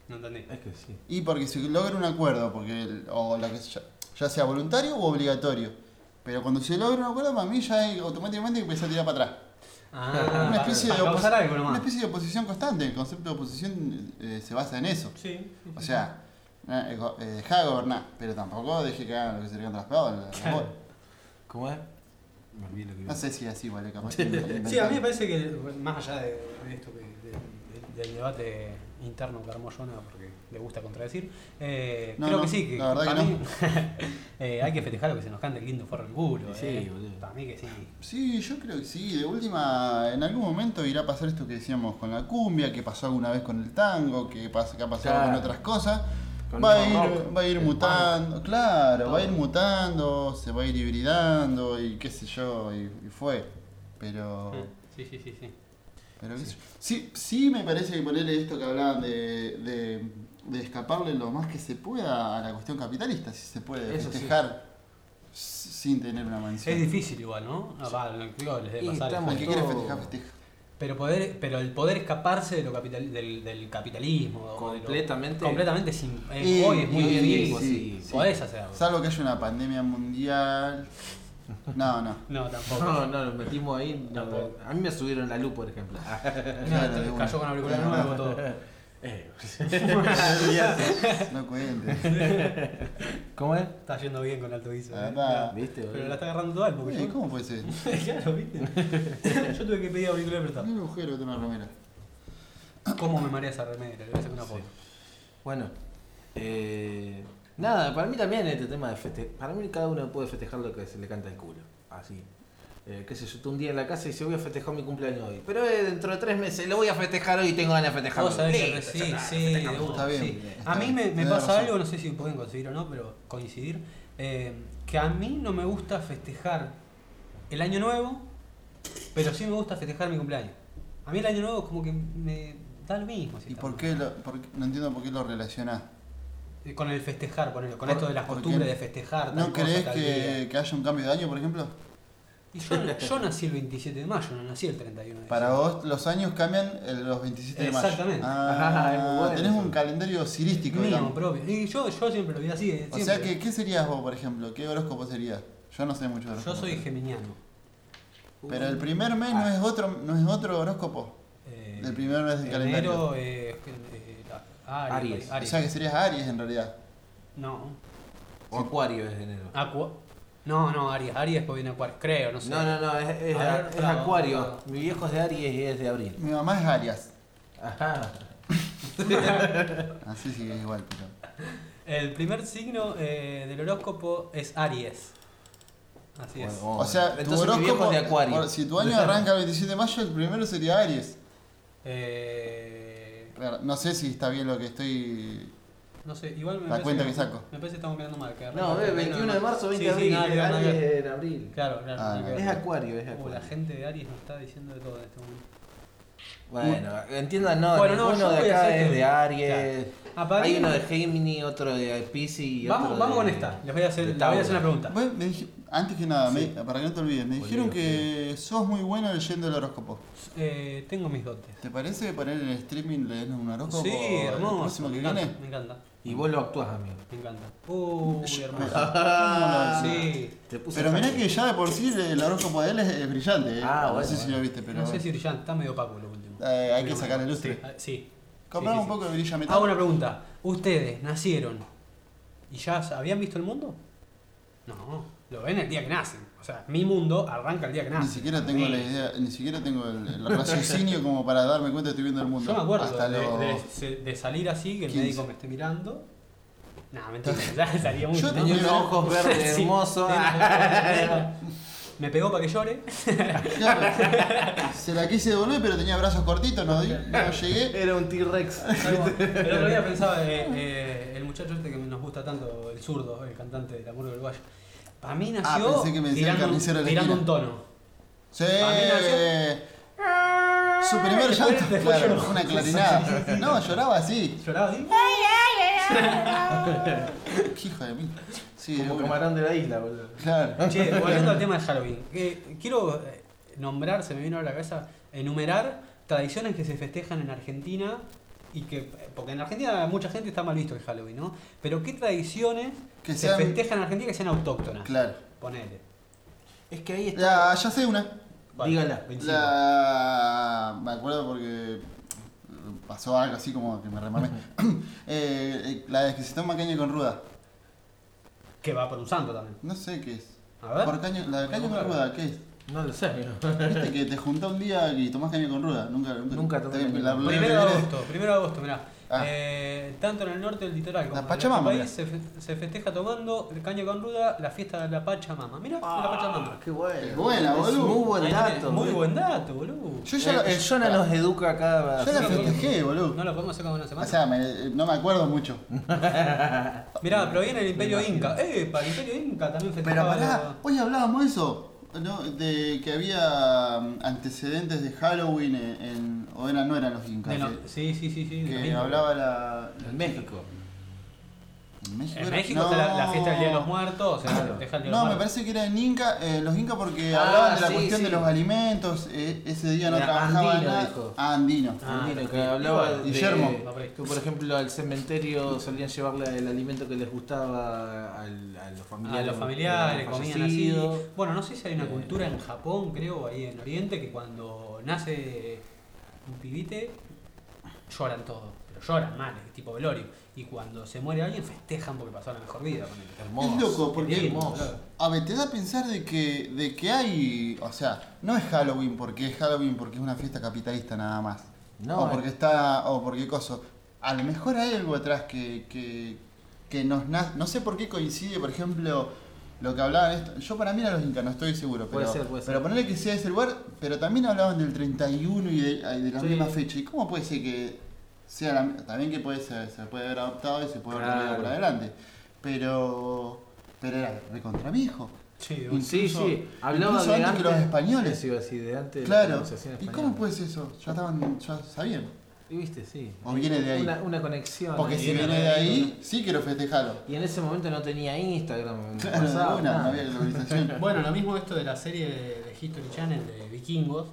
No entendí. Es que sí. Y porque se logra un acuerdo, porque el- o lo que sea, ya sea voluntario o obligatorio. Pero cuando se logra un acuerdo, para mí ya hay- automáticamente empecé a tirar para atrás. Ah, una, especie para de causar opos- algo nomás. una especie de oposición constante. El concepto de oposición eh, se basa en eso. Sí, sí, sí. O sea, na- eh, go- eh, dejá de gobernar, pero tampoco deje que hagan lo que se le han Claro. ¿Cómo es? Me olvidé lo que No sé si es así, vale, capaz. que me lo Sí, a mí me inventaron. parece que más allá de, de esto que, de- de- del debate interno que armó Jonah, porque le gusta contradecir, eh, No, creo no, que sí, que la verdad para que mí eh, hay que festejar lo que se nos cante el lindo forro el culo. Sí, eh. boludo. Para mí que sí. Sí, yo creo que sí. De última, en algún momento irá a pasar esto que decíamos con la cumbia, que pasó alguna vez con el tango, que, pasa, que ha pasado Claro. con otras cosas. Con Va a, el ir, rock, va a ir el mutando, claro, todo. va a ir mutando, se va a ir hibridando y qué sé yo, y, y fue. Pero, Eh, Mm. Sí, sí, sí, sí. pero qué sé yo. Sí, sí me parece que ponerle esto que hablaban de, de, de escaparle lo más que se pueda a la cuestión capitalista, si se puede Eso sí. festejar s- sin tener una Es mansión. difícil igual, ¿no? Ah, va, no, digo, les debe Y pasar. estamos- El eso. que quiere todo- festejar, festeja. Pero poder, pero el poder escaparse de lo capital, del, del capitalismo. o de lo- Completamente. completamente sin. eh, Y- hoy es muy y- difícil. sí, sí. Podés hacer algo. Salvo que haya una pandemia mundial. No, no. No, tampoco. No, no, nos metimos ahí. no, Tampoco. Ah. a mí me subieron la luz, por ejemplo. Mira, Claro, de una. cayó con auricular nuevo todo. Eh, Eh. No cuente. ¿Cómo es? Está yendo bien con alto guiso. Ah, eh. va. ¿Viste? Pero boludo? la está agarrando toda el porque Ey, yo- Eh, ¿Cómo puede ser? claro, ¿viste? yo tuve que pedir auricular prestado. Un agujero de una remera. ¿Cómo me marea esa remera? Le voy a sacar una foto. Bueno. eh, nada, para mí también este tema de festejar. Para mí cada uno puede festejar lo que se le canta el culo. Así. Eh, qué sé yo, tú un día en la casa y dices, voy a festejar mi cumpleaños hoy. Pero eh, dentro de tres meses lo voy a festejar hoy y tengo ganas de festejarlo. Vos sabés que Listo, sí, ya está, sí, de festejamos. una, Está bien, sí. está A mí bien, me, me tenés pasa razón. algo, no sé si pueden conseguir o no, pero coincidir, eh, que a mí no me gusta festejar el año nuevo, pero sí me gusta festejar mi cumpleaños. A mí el año nuevo es como que me da lo mismo. si ¿Y está por mal. qué, lo, por qué- no entiendo por qué lo relacionás? Eh, Con el festejar, ponele, con Por- esto de las porque costumbres de festejar. Ah, tal ¿No cosa, crees tal día. que, que haya un cambio de año, por ejemplo? Y yo, no- yo nací el 27 de mayo, no nací el 31 de Para diciembre. vos los años cambian el- los 27 de mayo. Exactamente. Ah, Ah, es muy bueno tenés eso. un calendario cirístico, Mío, digamos. propio. Y yo, yo siempre lo vi así. eh, O sea, siempre. que, ¿qué serías vos, por ejemplo? ¿Qué horóscopo serías? Yo no sé mucho de Yo horóscopo. soy geminiano. Pero el primer mes no es otro, no es otro horóscopo. Eh, Del primer mes del Enero, calendario. eh, eh, ah, Aries. Aries. O sea, que serías Aries en realidad. No. O Acuario es de enero. Aqua. No, no, Aries. Aries después viene Acuario. Creo, no sé. No, no, no, es, es- A ver, es claro, Acuario. claro. Mi viejo es de Aries y es de abril. Mi mamá es Arias. Ajá. Así Ah, sí que es igual, pero. El primer signo eh, del horóscopo es Aries. Así es. Bueno, O sea, tu Oh, Entonces, mi viejo horóscopo. es de Acuario. por- Si tu año arranca el 27 de mayo, el primero sería Aries. Eh, Claro, No sé si está bien lo que estoy No sé, igual me La parece cuenta que saco. Me parece que estamos mirando mal. que No, realmente eh, 21 de marzo, 20 de Sí, sí, abril. nada que ver, nada que Aries ver. en abril. Claro, claro. Ah, nada que no. ver. Es acuario, es Uh, la acuario. gente de Aries nos está diciendo de todo en este momento. Bueno, entiendan, no, Bueno, no, yo uno de voy a acá hacer es que- de Aries. Ah, para Hay mí- uno de Gemini, otro de Pisces y Vamos, otro vamos de- con esta. Les voy a hacer, de les voy a hacer una Tauro. pregunta. Vos me dij- antes que nada, Sí. me- para que no te olvides, me dijeron Boludo, que sos muy bueno leyendo el horóscopo. Eh, tengo mis dotes. ¿Te parece poner en streaming leernos un Oh, horóscopo? Sí, El hermoso. próximo me, que encanta, viene. me encanta, Y vos lo actuás, amigo. me encanta. Uy, hermoso. Ah, Sí. Te puse Pero mirá fácil. que ya de por sí el horóscopo de él es, es brillante. eh. Ah, No bueno, sé si bueno. lo viste, pero. no sé si brillante, está medio opaco lo último. eh, hay que Pero sacarle bueno, lustre. Sí. ah, sí. Comprame Sí, sí, un poco de brilla sí. metal. Hago una pregunta. ¿Ustedes nacieron y ya habían visto el mundo? No, lo ven el día que nacen. O sea, mi mundo arranca el día que Ni nacen. siquiera tengo Sí. la idea, ni siquiera tengo el, el raciocinio como para darme cuenta que estoy viendo el mundo. Yo me acuerdo Hasta de, los- de- se- de salir así, que el 15. médico me esté mirando. No, mentira, ya salía mucho. Yo Tenía Mira. unos ojos verdes Sí. hermosos. Me pegó para que llore. Claro, se la quise devolver, pero tenía brazos cortitos, no, di- no llegué. Era un T-Rex. El otro día pensaba, eh, eh, el muchacho este que nos gusta tanto, el zurdo, el cantante del amor uruguayo. Para mí nació Ah, pensé que me decía el tirando, un, carnicero de la tirando un esquina. tono. Sí. A mí Su primer Después- llanto, después claro, lloró. una clarinada. No, lloraba así. Lloraba así. Qué hijo de mí. Sí, Como era una- camarón de la isla, boludo. Claro. Che, volviendo al tema de Halloween. que quiero eh, nombrar, se me vino a la cabeza, enumerar tradiciones que se festejan en Argentina y que. Porque en Argentina mucha gente está mal visto el Halloween, ¿no? Pero qué tradiciones Que se sean- festejan en Argentina que sean autóctonas. Claro. Ponele. Es que ahí está. La- ya sé una. Vale, Dígala. 25. La, me acuerdo porque pasó algo así como que me remamé. Eh, eh, la de que se toma caña con ruda. Que va por un santo también. No sé qué es. A ver. Por caña- la de caña con ruda, ¿qué es? No lo sé, amigo. Viste que te juntó un día y tomás caña con ruda. Nunca, nunca, Nunca tomé te- caña la- con la- Primero de la- agosto, primero de agosto, mirá. Ah. Eh, tanto en el norte del litoral como La en el Pachamama, país se, fe- se festeja tomando el caño con ruda la fiesta de la Pachamama. Mirá, la Pachamama. Qué bueno. Es buena, boludo. Muy buen Ahí tenés, Ah. dato. eh. Muy boludo. buen dato, boludo. Yo ya la, el Jonah nos educa cada. yo la Sí, festejé, No boludo. lo podemos hacer como una O semana. sea, me- eh, no me acuerdo mucho. Mirá, proviene del Imperio Inca. Eh, para el Imperio Inca también Pero festejaba. pará, hoy hablábamos de eso, ¿no? De que había mm, antecedentes de Halloween en. en- o eran, no eran los incas. de no- que- Sí, sí, sí, sí. que también. hablaba la. En México. ¿En México? En era? México No. está la, la fiesta del Día de los Muertos, se Claro. festeja el Día de No, los me Muertos. parece que era en Inca, eh, los Incas porque Ah, hablaban de la sí, cuestión sí. de los alimentos, eh, ese día no Era trabajaban andino, nada. dijo. Ah, andino. Ah, Mira, que tranquilo. hablaba de- Guillermo. que por ejemplo al cementerio solían llevarle el alimento que les gustaba al- a los A familiares. los familiares, de los comían así. fallecidos. Bueno, no sé si hay una Eh. cultura en Japón, creo, ahí en Oriente, que cuando nace un pibite, lloran todos. Pero lloran mal, es tipo velorio. Y cuando se muere alguien, festejan porque pasó la mejor vida con él. Hermoso. Es loco, porque- Bien, hermoso. boludo. A ver, te da a pensar de que, de que hay. O sea, no es Halloween porque es Halloween porque es una fiesta capitalista nada más. No, eh. o porque está. o porque coso. A lo mejor hay algo atrás que. que, que nos na- No sé por qué coincide, por ejemplo, lo que hablaban esto. Yo para mí era los incas, no estoy seguro, pero. Puede ser, puede ser. Pero ponerle que sea ese lugar, pero también hablaban del 31 y de, ay, de la Sí. misma fecha. ¿Y cómo puede ser que sea la también que puede ser, se puede haber adoptado y se puede haber traído Claro. por adelante? Pero. Pero era recontra viejo. Sí, bueno. Sí, incluso- sí. Hablaba incluso de antes que los españoles. Sí, iba así, de antes de la Claro. colonización ¿Y española. cómo puede ser eso? Ya estaban. ya sabían. Y viste, sí. ¿O viene de ahí? Una, una conexión. Porque ahí, si una viene de conexión. ahí, sí quiero festejarlo. Y en ese momento no tenía Instagram. no Claro, de pasaba una, no nada. había globalización. Bueno, lo mismo esto de la serie de, de History Channel de vikingos,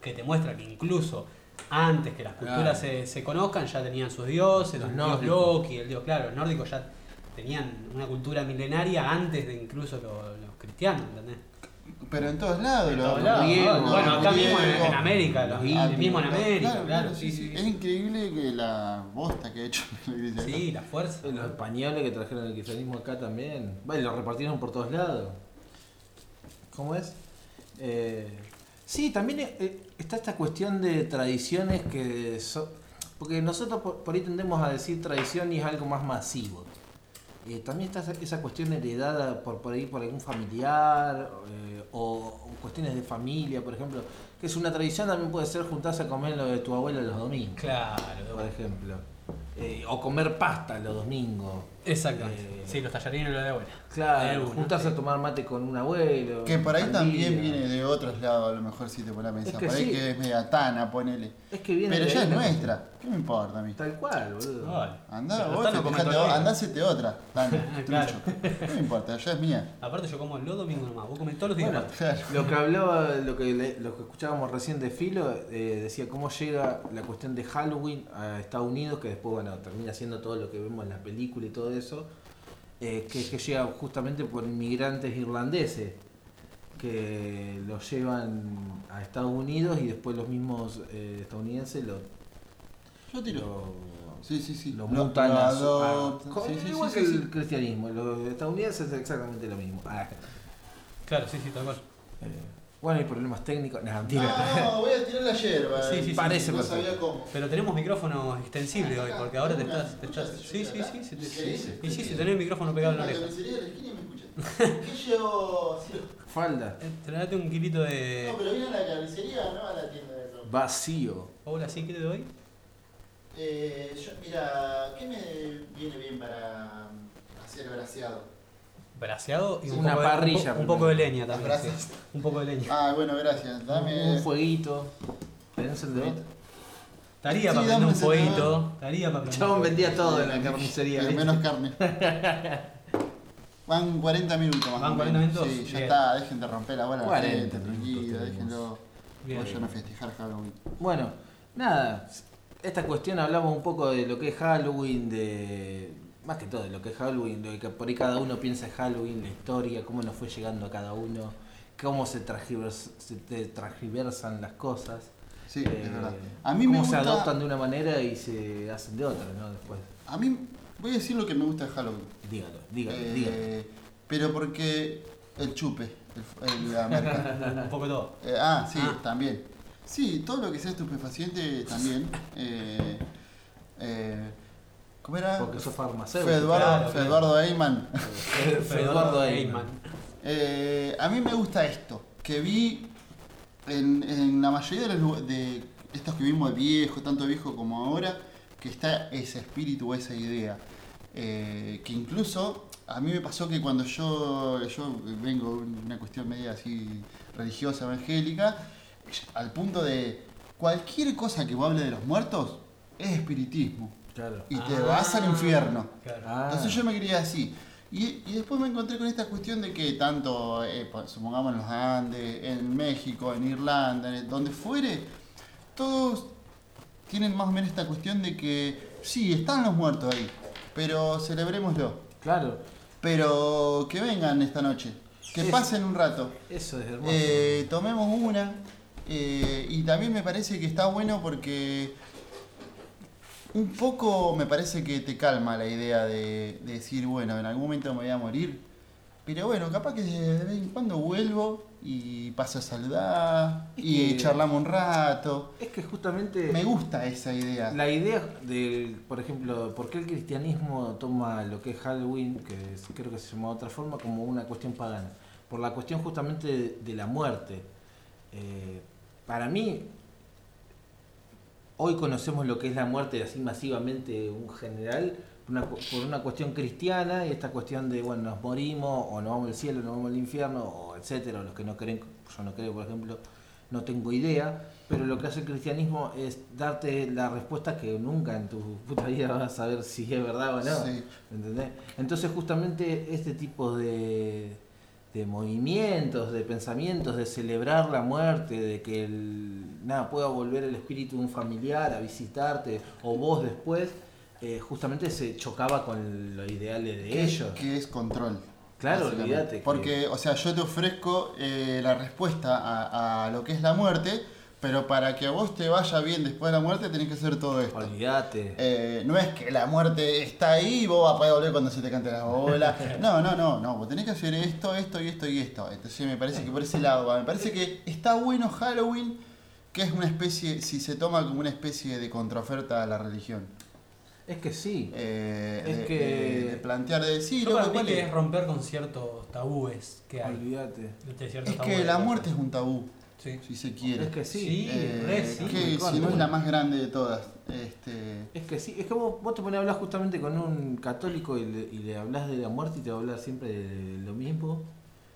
que te muestra que incluso antes que las culturas se, se conozcan, ya tenían sus dioses, Los el dios nórdicos. Loki, el dios, claro, los nórdicos ya tenían una cultura milenaria antes de incluso lo- los cristianos, ¿entendés? Pero en todos lados, En los todos lados. griegos, bueno, los acá mismo en, griegos. en América, los, Los ah, indios. mismo en América, claro, sí, sí, Es increíble que la bosta que ha hecho la iglesia. Sí, la fuerza. Los españoles que trajeron el cristianismo acá también. Bueno, lo repartieron por todos lados. ¿Cómo es? Eh, sí, también eh, está esta cuestión de tradiciones que so- porque nosotros por, por ahí tendemos a decir tradición y es algo más masivo. Eh, también está esa- esa cuestión heredada por, por ahí por algún familiar eh, o, o cuestiones de familia, por ejemplo, que es una tradición también puede ser juntarse a comer lo de tu abuela los domingos Claro, por ejemplo. eh, o comer pasta los domingos. Exactamente. Eh, sí, los tallarines y lo de abuela. Claro, Algunos, juntarse sí. a tomar mate con un abuelo. Que por ahí al día. también viene de otros lados, a lo mejor si te pones a pensar. que por ahí sí. que es media tana, ponele. Es que viene Pero de ya ahí es la- nuestra. ¿Qué me importa a mí? Tal cual, boludo. Vale. Andá Pero vos, está te no comer fijate todo el vos, día. Ah, andá hacete otra. Tana, Claro. trucho. No me importa, ya es mía. Aparte yo como los domingos nomás, vos comés todos los días. Bueno, pasta. Claro. lo que hablaba, lo que, le- lo que escuchábamos recién de Filo, eh, decía cómo llega la cuestión de Halloween a Estados Unidos, que después, bueno, termina siendo todo lo que vemos en las películas y todo eso, eh, que, que llega justamente por inmigrantes irlandeses, que los llevan a Estados Unidos y después los mismos eh, estadounidenses lo... Yo tiro. lo- Sí, sí, sí. lo Lo- mutan lo a su- Ah, adoptan. a- co- Sí, sí, igual sí, que sí, el sí. cristianismo, los estadounidenses es exactamente lo mismo. Ah, Claro, sí, sí, tal cual. eh, bueno, hay problemas técnicos. No, mentira. Ah, no, voy a tirar la hierba. Sí, sí, sí. Parece No perfecto. sabía cómo. Pero tenemos micrófonos extensibles hoy, porque ahora te estás... Te estás sí, sí, sí. sí, te- Sí, sí. y sí, sí, tenés el micrófono pegado en la oreja. carnicería de la esquina y me escuchan. ¿Qué llevo? Falda. Eh, Tráete un kilito Eh. de... pero viene a la carnicería, no a la tienda de ropa. Vacío. Hola, sí, ¿qué te doy? Eh, yo, mira, ¿qué me viene bien para mm, hacer braseado? Braseado y un Una poco de- un parrilla, po- un, poco de leña Las también. brasas. sí. Un poco de leña. Ah, bueno, gracias. Dame. Un fueguito. ¿Tenés el dedo? Estaría Sí, para prender un dame ese fueguito. Estaría para prender. Chabón un fueguito. vendía todo en la carnicería. Pero ¿viste? menos carne. Van 40 minutos más Van o 40 menos. minutos, Sí, ya bien. está, dejen de romper la bola a la 40 gente, minutos tranquilo, tenemos. déjenlo. Bien. Vayan a festejar Halloween. Bueno, nada. Esta cuestión hablamos un poco de lo que es Halloween, de. Más que todo de lo que es Halloween, de que por ahí cada uno piensa en Halloween, la historia, cómo nos fue llegando a cada uno, cómo se, transgivers- se te transgiversan las cosas. Sí, eh, es verdad. A mí me cómo gusta. se adoptan de una manera y se hacen de otra, ¿no? Después. A mí, voy a decir lo que me gusta de Halloween. Dígalo, dígalo, Eh, dígalo. Pero porque el chupe, el- el- la marca. Un poco de todo. Eh, ah, sí, Ah. también. Sí, todo lo que sea estupefaciente también. Eh, eh, ¿Cómo era? Porque sos farmacéutico. Fue Eduardo, Claro, fue claro. Eduardo Eyman. Fue Eduardo Eyman. Eh, a mí me gusta esto, que vi en, en la mayoría de, los lu- de estos que vimos de viejo, tanto viejo como ahora, que está ese espíritu, esa idea. Eh, que incluso a mí me pasó que cuando yo, yo vengo de una cuestión media así religiosa, evangélica, al punto de cualquier cosa que vos hable de los muertos es espiritismo Claro. y te vas Ah. al infierno. Claro. Ah, Entonces yo me quería así. Y, y después me encontré con esta cuestión de que tanto, eh, po- supongamos en los Andes, en México, en Irlanda, en- donde fuere, todos tienen más o menos esta cuestión de que sí, están los muertos ahí, pero celebrémoslo. Claro, Pero que vengan esta noche, que Sí. pasen un rato. eso es hermoso. Eh, tomemos una. eh, y también me parece que está bueno porque un poco me parece que te calma la idea de, de decir, bueno, en algún momento me voy a morir. Pero bueno, capaz que de vez en cuando vuelvo y paso a saludar Es y que- charlamos un rato. es que justamente Me gusta esa idea. la idea del, por ejemplo, por qué el cristianismo toma lo que es Halloween, que es- creo que se llama de otra forma, como una cuestión pagana. Por la cuestión justamente de, de la muerte. Eh, para mí, hoy conocemos lo que es la muerte así masivamente un general por una, cu- por una cuestión cristiana y esta cuestión de bueno nos morimos o nos vamos al cielo nos vamos al infierno o etcétera los que no creen yo no creo por ejemplo no tengo idea pero lo que hace el cristianismo es darte la respuesta que nunca en tu puta vida vas a saber si es verdad o no Sí. ¿entendés? entonces justamente este tipo de de movimientos, de pensamientos, de celebrar la muerte, de que el- nada pueda volver el espíritu de un familiar a visitarte o vos después, eh, justamente se chocaba con los ideales de ellos. Que es control. Claro, básicamente. olvídate que- Porque, o sea, yo te ofrezco eh, la respuesta a, a lo que es la muerte, pero para que a vos te vaya bien después de la muerte tenés que hacer todo esto. Olvídate. Eh, no es que la muerte está ahí y vos vas a poder volver cuando se te cante la bola. No, no, no, no. Vos tenés que hacer esto, esto y esto y esto. Entonces me parece que por ese lado va. Me parece que está bueno Halloween, que es una especie, si se toma como una especie de contraoferta a la religión. Es que sí. Eh, Es de, que- de- de plantear de decir, Yo para mí que es romper con ciertos tabúes que hay. Olvídate. De ciertos Es que tabúes. la muerte es un tabú. Sí. si se quiere. Es que sí. Sí, Eh, re sí. que Claro, si no es bueno. la más grande de todas. Este, Es que sí, es que vos, vos te pones a hablar justamente con un católico y le, y le hablas de la muerte y te hablas siempre de lo mismo.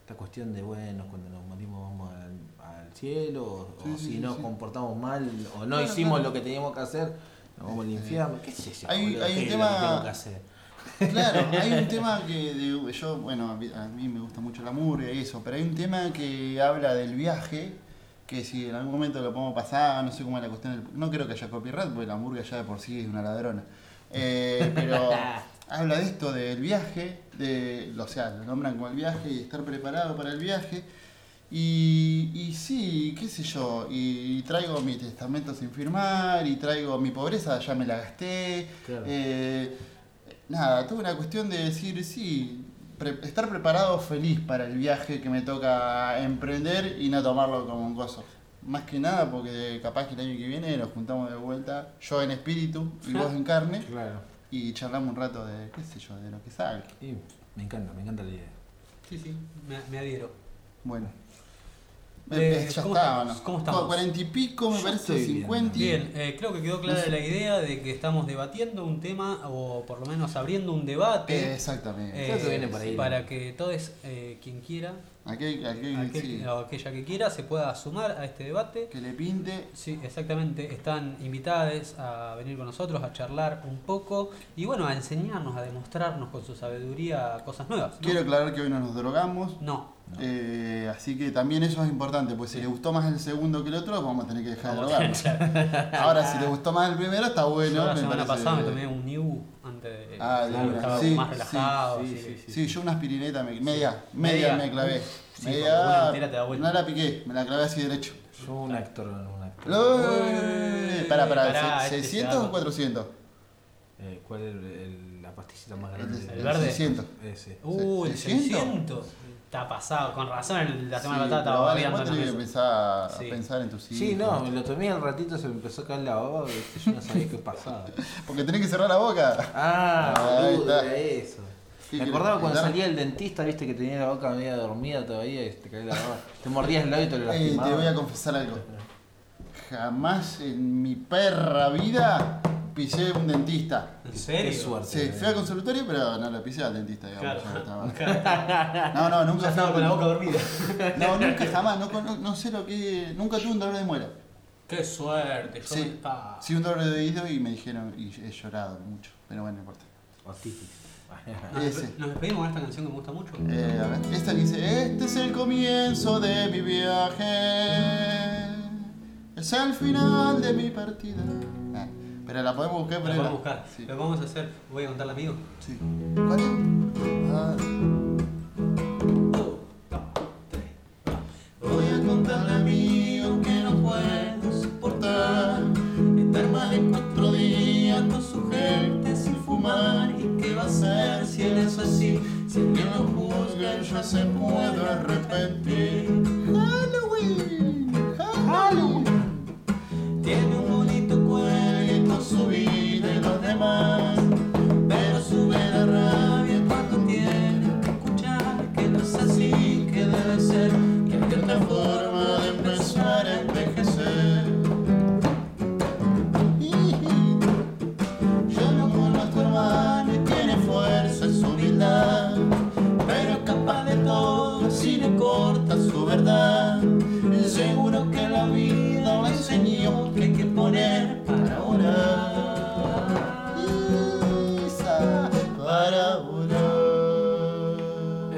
Esta cuestión de, bueno, cuando nos morimos vamos al, al cielo, o, o Sí, si sí, nos sí. comportamos mal, o no Claro, hicimos claro. lo que teníamos que hacer, nos vamos al Este, infierno. ¿Qué sé yo? hay- boludo? hay un ¿Qué es lo tema- que tengo que hacer? claro, hay un tema que de- yo, bueno, a mí- a mí me gusta mucho la murga y eso, pero hay un tema que habla del viaje, que si en algún momento lo podemos pasar, no sé cómo es la cuestión del... No creo que haya copyright, porque la murga ya de por sí es una ladrona. Eh, pero habla de esto, del viaje, de, o sea, lo nombran como el viaje y estar preparado para el viaje. Y, y sí, qué sé yo, y traigo mi testamento sin firmar, y traigo mi pobreza, ya me la gasté. Claro. Eh, nada, tuve una cuestión de decir, sí, pre- estar preparado feliz para el viaje que me toca emprender y no tomarlo como un gozo. Más que nada porque capaz que el año que viene nos juntamos de vuelta, yo en espíritu y vos en carne, Claro. y charlamos un rato de, qué sé yo, de lo que salga. Y me encanta, me encanta la idea. Sí, sí, me, me adhiero. Bueno. Eh, Eh, ya ¿cómo está, estamos? ¿no? ¿Cómo estamos? Cuarenta y pico, me Yo parece, estoy bien. cincuenta. y- Bien, eh, creo que quedó clara No sé. la idea de que estamos debatiendo un tema, o por lo menos abriendo un Eh, debate, exactamente. eh, creo que viene por ahí, ¿no? para que todos, eh, quien quiera, Aquí hay- aquí hay- aquel- sí, o aquella que quiera, se pueda sumar a este debate. que le pinte. Sí, exactamente. Están invitadas a venir con nosotros, a charlar un poco y bueno, a enseñarnos, a demostrarnos con su sabiduría cosas nuevas. ¿no? Quiero aclarar que hoy no nos drogamos. No, Eh, así que también eso es importante, pues si le gustó más el segundo que el otro, vamos a tener que dejar de drogarnos. Ahora, si le gustó más el primero, está Yo bueno. la me semana parece- pasada me tomé un New antes de Ah, de una. estaba Sí, más sí, relajado. sí, así que- sí, Sí, yo una aspirineta, me- media, media, Media. me clavé. Sí, porque una media, entera te da vuelta. no la piqué, me la clavé así derecho. Yo un actor, un actor. Uy, Uy, Pará, pará, pará, ¿se- este se 600 arma. o 400? Eh, ¿Cuál es el- el- la pastillita más Este El, grande? el verde. 600. Ese. Uh, el 600. 600. Está pasado, con razón el- la semana Sí, pasada pero estaba vale, babeando en la ¿cuánto mesa. que empezar a Sí. pensar en tus hijos? Sí, no, me lo tomé al ratito, se me empezó a caer la baba, viste, yo no sabía qué pasaba. Porque tenés que cerrar la boca. Ah, Ahí boludo, está. era eso. Sí, Me que acordaba cuando era- salía el dentista, viste que tenía la boca media dormida todavía y te caía la baba. Te mordías el labio y te lo Eh, lastimaba. te voy a confesar algo. Jamás en mi perra vida pisé un dentista. ¿En Qué serio? suerte. Sí, fui al consultorio, pero no lo pisé al dentista, Claro. digamos. ya estaba- No, no, nunca Estaba con la boca dormida. No, nunca jamás, no, con- no, no sé lo que. Nunca tuve un dolor de muela. Qué suerte, yo me Sí, estaba- sí, un dolor de oído y me dijeron, y he llorado mucho, pero bueno, no importa. Otitis. Nos, ese. despe- nos despedimos con esta canción que me gusta mucho. Eh, a ver, esta dice, este es el comienzo de mi viaje. Es el final de mi partida. Ah, pero la podemos buscar, Lo pero... vamos a buscar, Sí. lo vamos a hacer. Voy a contarle a amigo. sí. ¿Cuál es? Ah, Voy a contarle a amigo que no puedo soportar Estar más de cuatro días con su gente sin fumar ¿Y qué va a hacer si él es así? Si me lo juzgan yo se puedo arrepentir Halloween, Halloween Tiene un bonito cuerito su vida y los demás Pero sube la rabia cuando tiene que escuchar Que no es así, que debe ser Que hay otra forma de empezar a envejecer Yo no conozco hermano y tiene fuerza en su humildad Pero es capaz de todo si le corta su verdad Seguro que la vida le enseñó que hay que poner para orar Isa, Para orar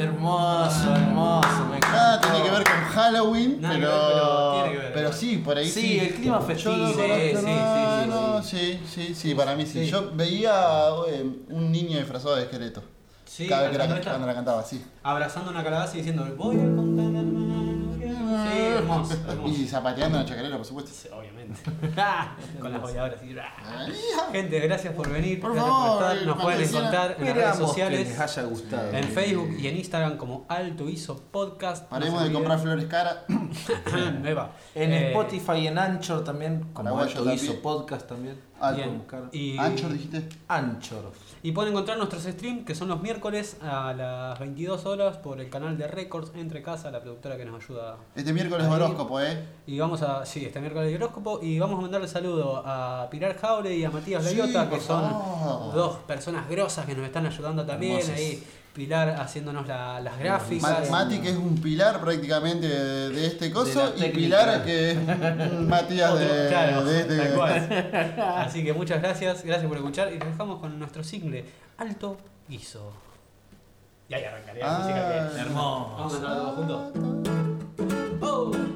Hermoso, hermoso, me Nada encantó. Ah, tiene que ver con Halloween, Nada que pero, ver, pero tiene que ver. pero sí, por ahí Sí, sí. el clima festivo. Yo lo Sí, conozco, sí, sí, sí, no, sí, sí, sí, para mí sí. Sí. Yo veía eh, un niño disfrazado de esqueleto. Sí, cada vez que la, cantando esta. cuando la cantaba, sí. Abrazando una calabaza y diciendo, voy a contarle a hermano. que-". Sí, hermoso, hermoso. Y zapateando en la chacarera, por supuesto. Sí, Obviamente. Con las boleadoras así. Gente, gracias por venir. Por gracias favor, estar. Nos cuando pueden quieran. encontrar en las redes Esperamos que sociales, les haya gustado. en Facebook y en Instagram como Alto Iso Podcast. No Paremos se olviden. de Eh, comprar flores caras. Eva. En Eh, Spotify, en Anchor también, como Paraguayo Alto hizo también. podcast también. Ah, Bien. pueden buscar. Y, Anchor dijiste. Anchor. y pueden encontrar nuestros streams, que son los miércoles a las 22 horas por el canal de Records Entre Casa, la productora que nos ayuda. Este miércoles Ahí. horóscopo, eh. Y vamos a, sí, este miércoles de horóscopo, y vamos a mandarle saludo a Pilar Jaure y a Matías Sí, Leyota, por que son favor. dos personas grosas que nos están ayudando también. Hermosos. Ahí Pilar haciéndonos la- las Ma- gráficas. Mati, que es un pilar prácticamente de, de este De la coso, y técnica. Pilar, que es un Matías Otro, de, claro, de este. tal cual. Así que muchas gracias, gracias por escuchar y nos dejamos con nuestro single Alto Guiso. Y ahí arrancaría la Ah. música que Hermoso. vamos a cantar todos juntos. ¡Oh! Então, é um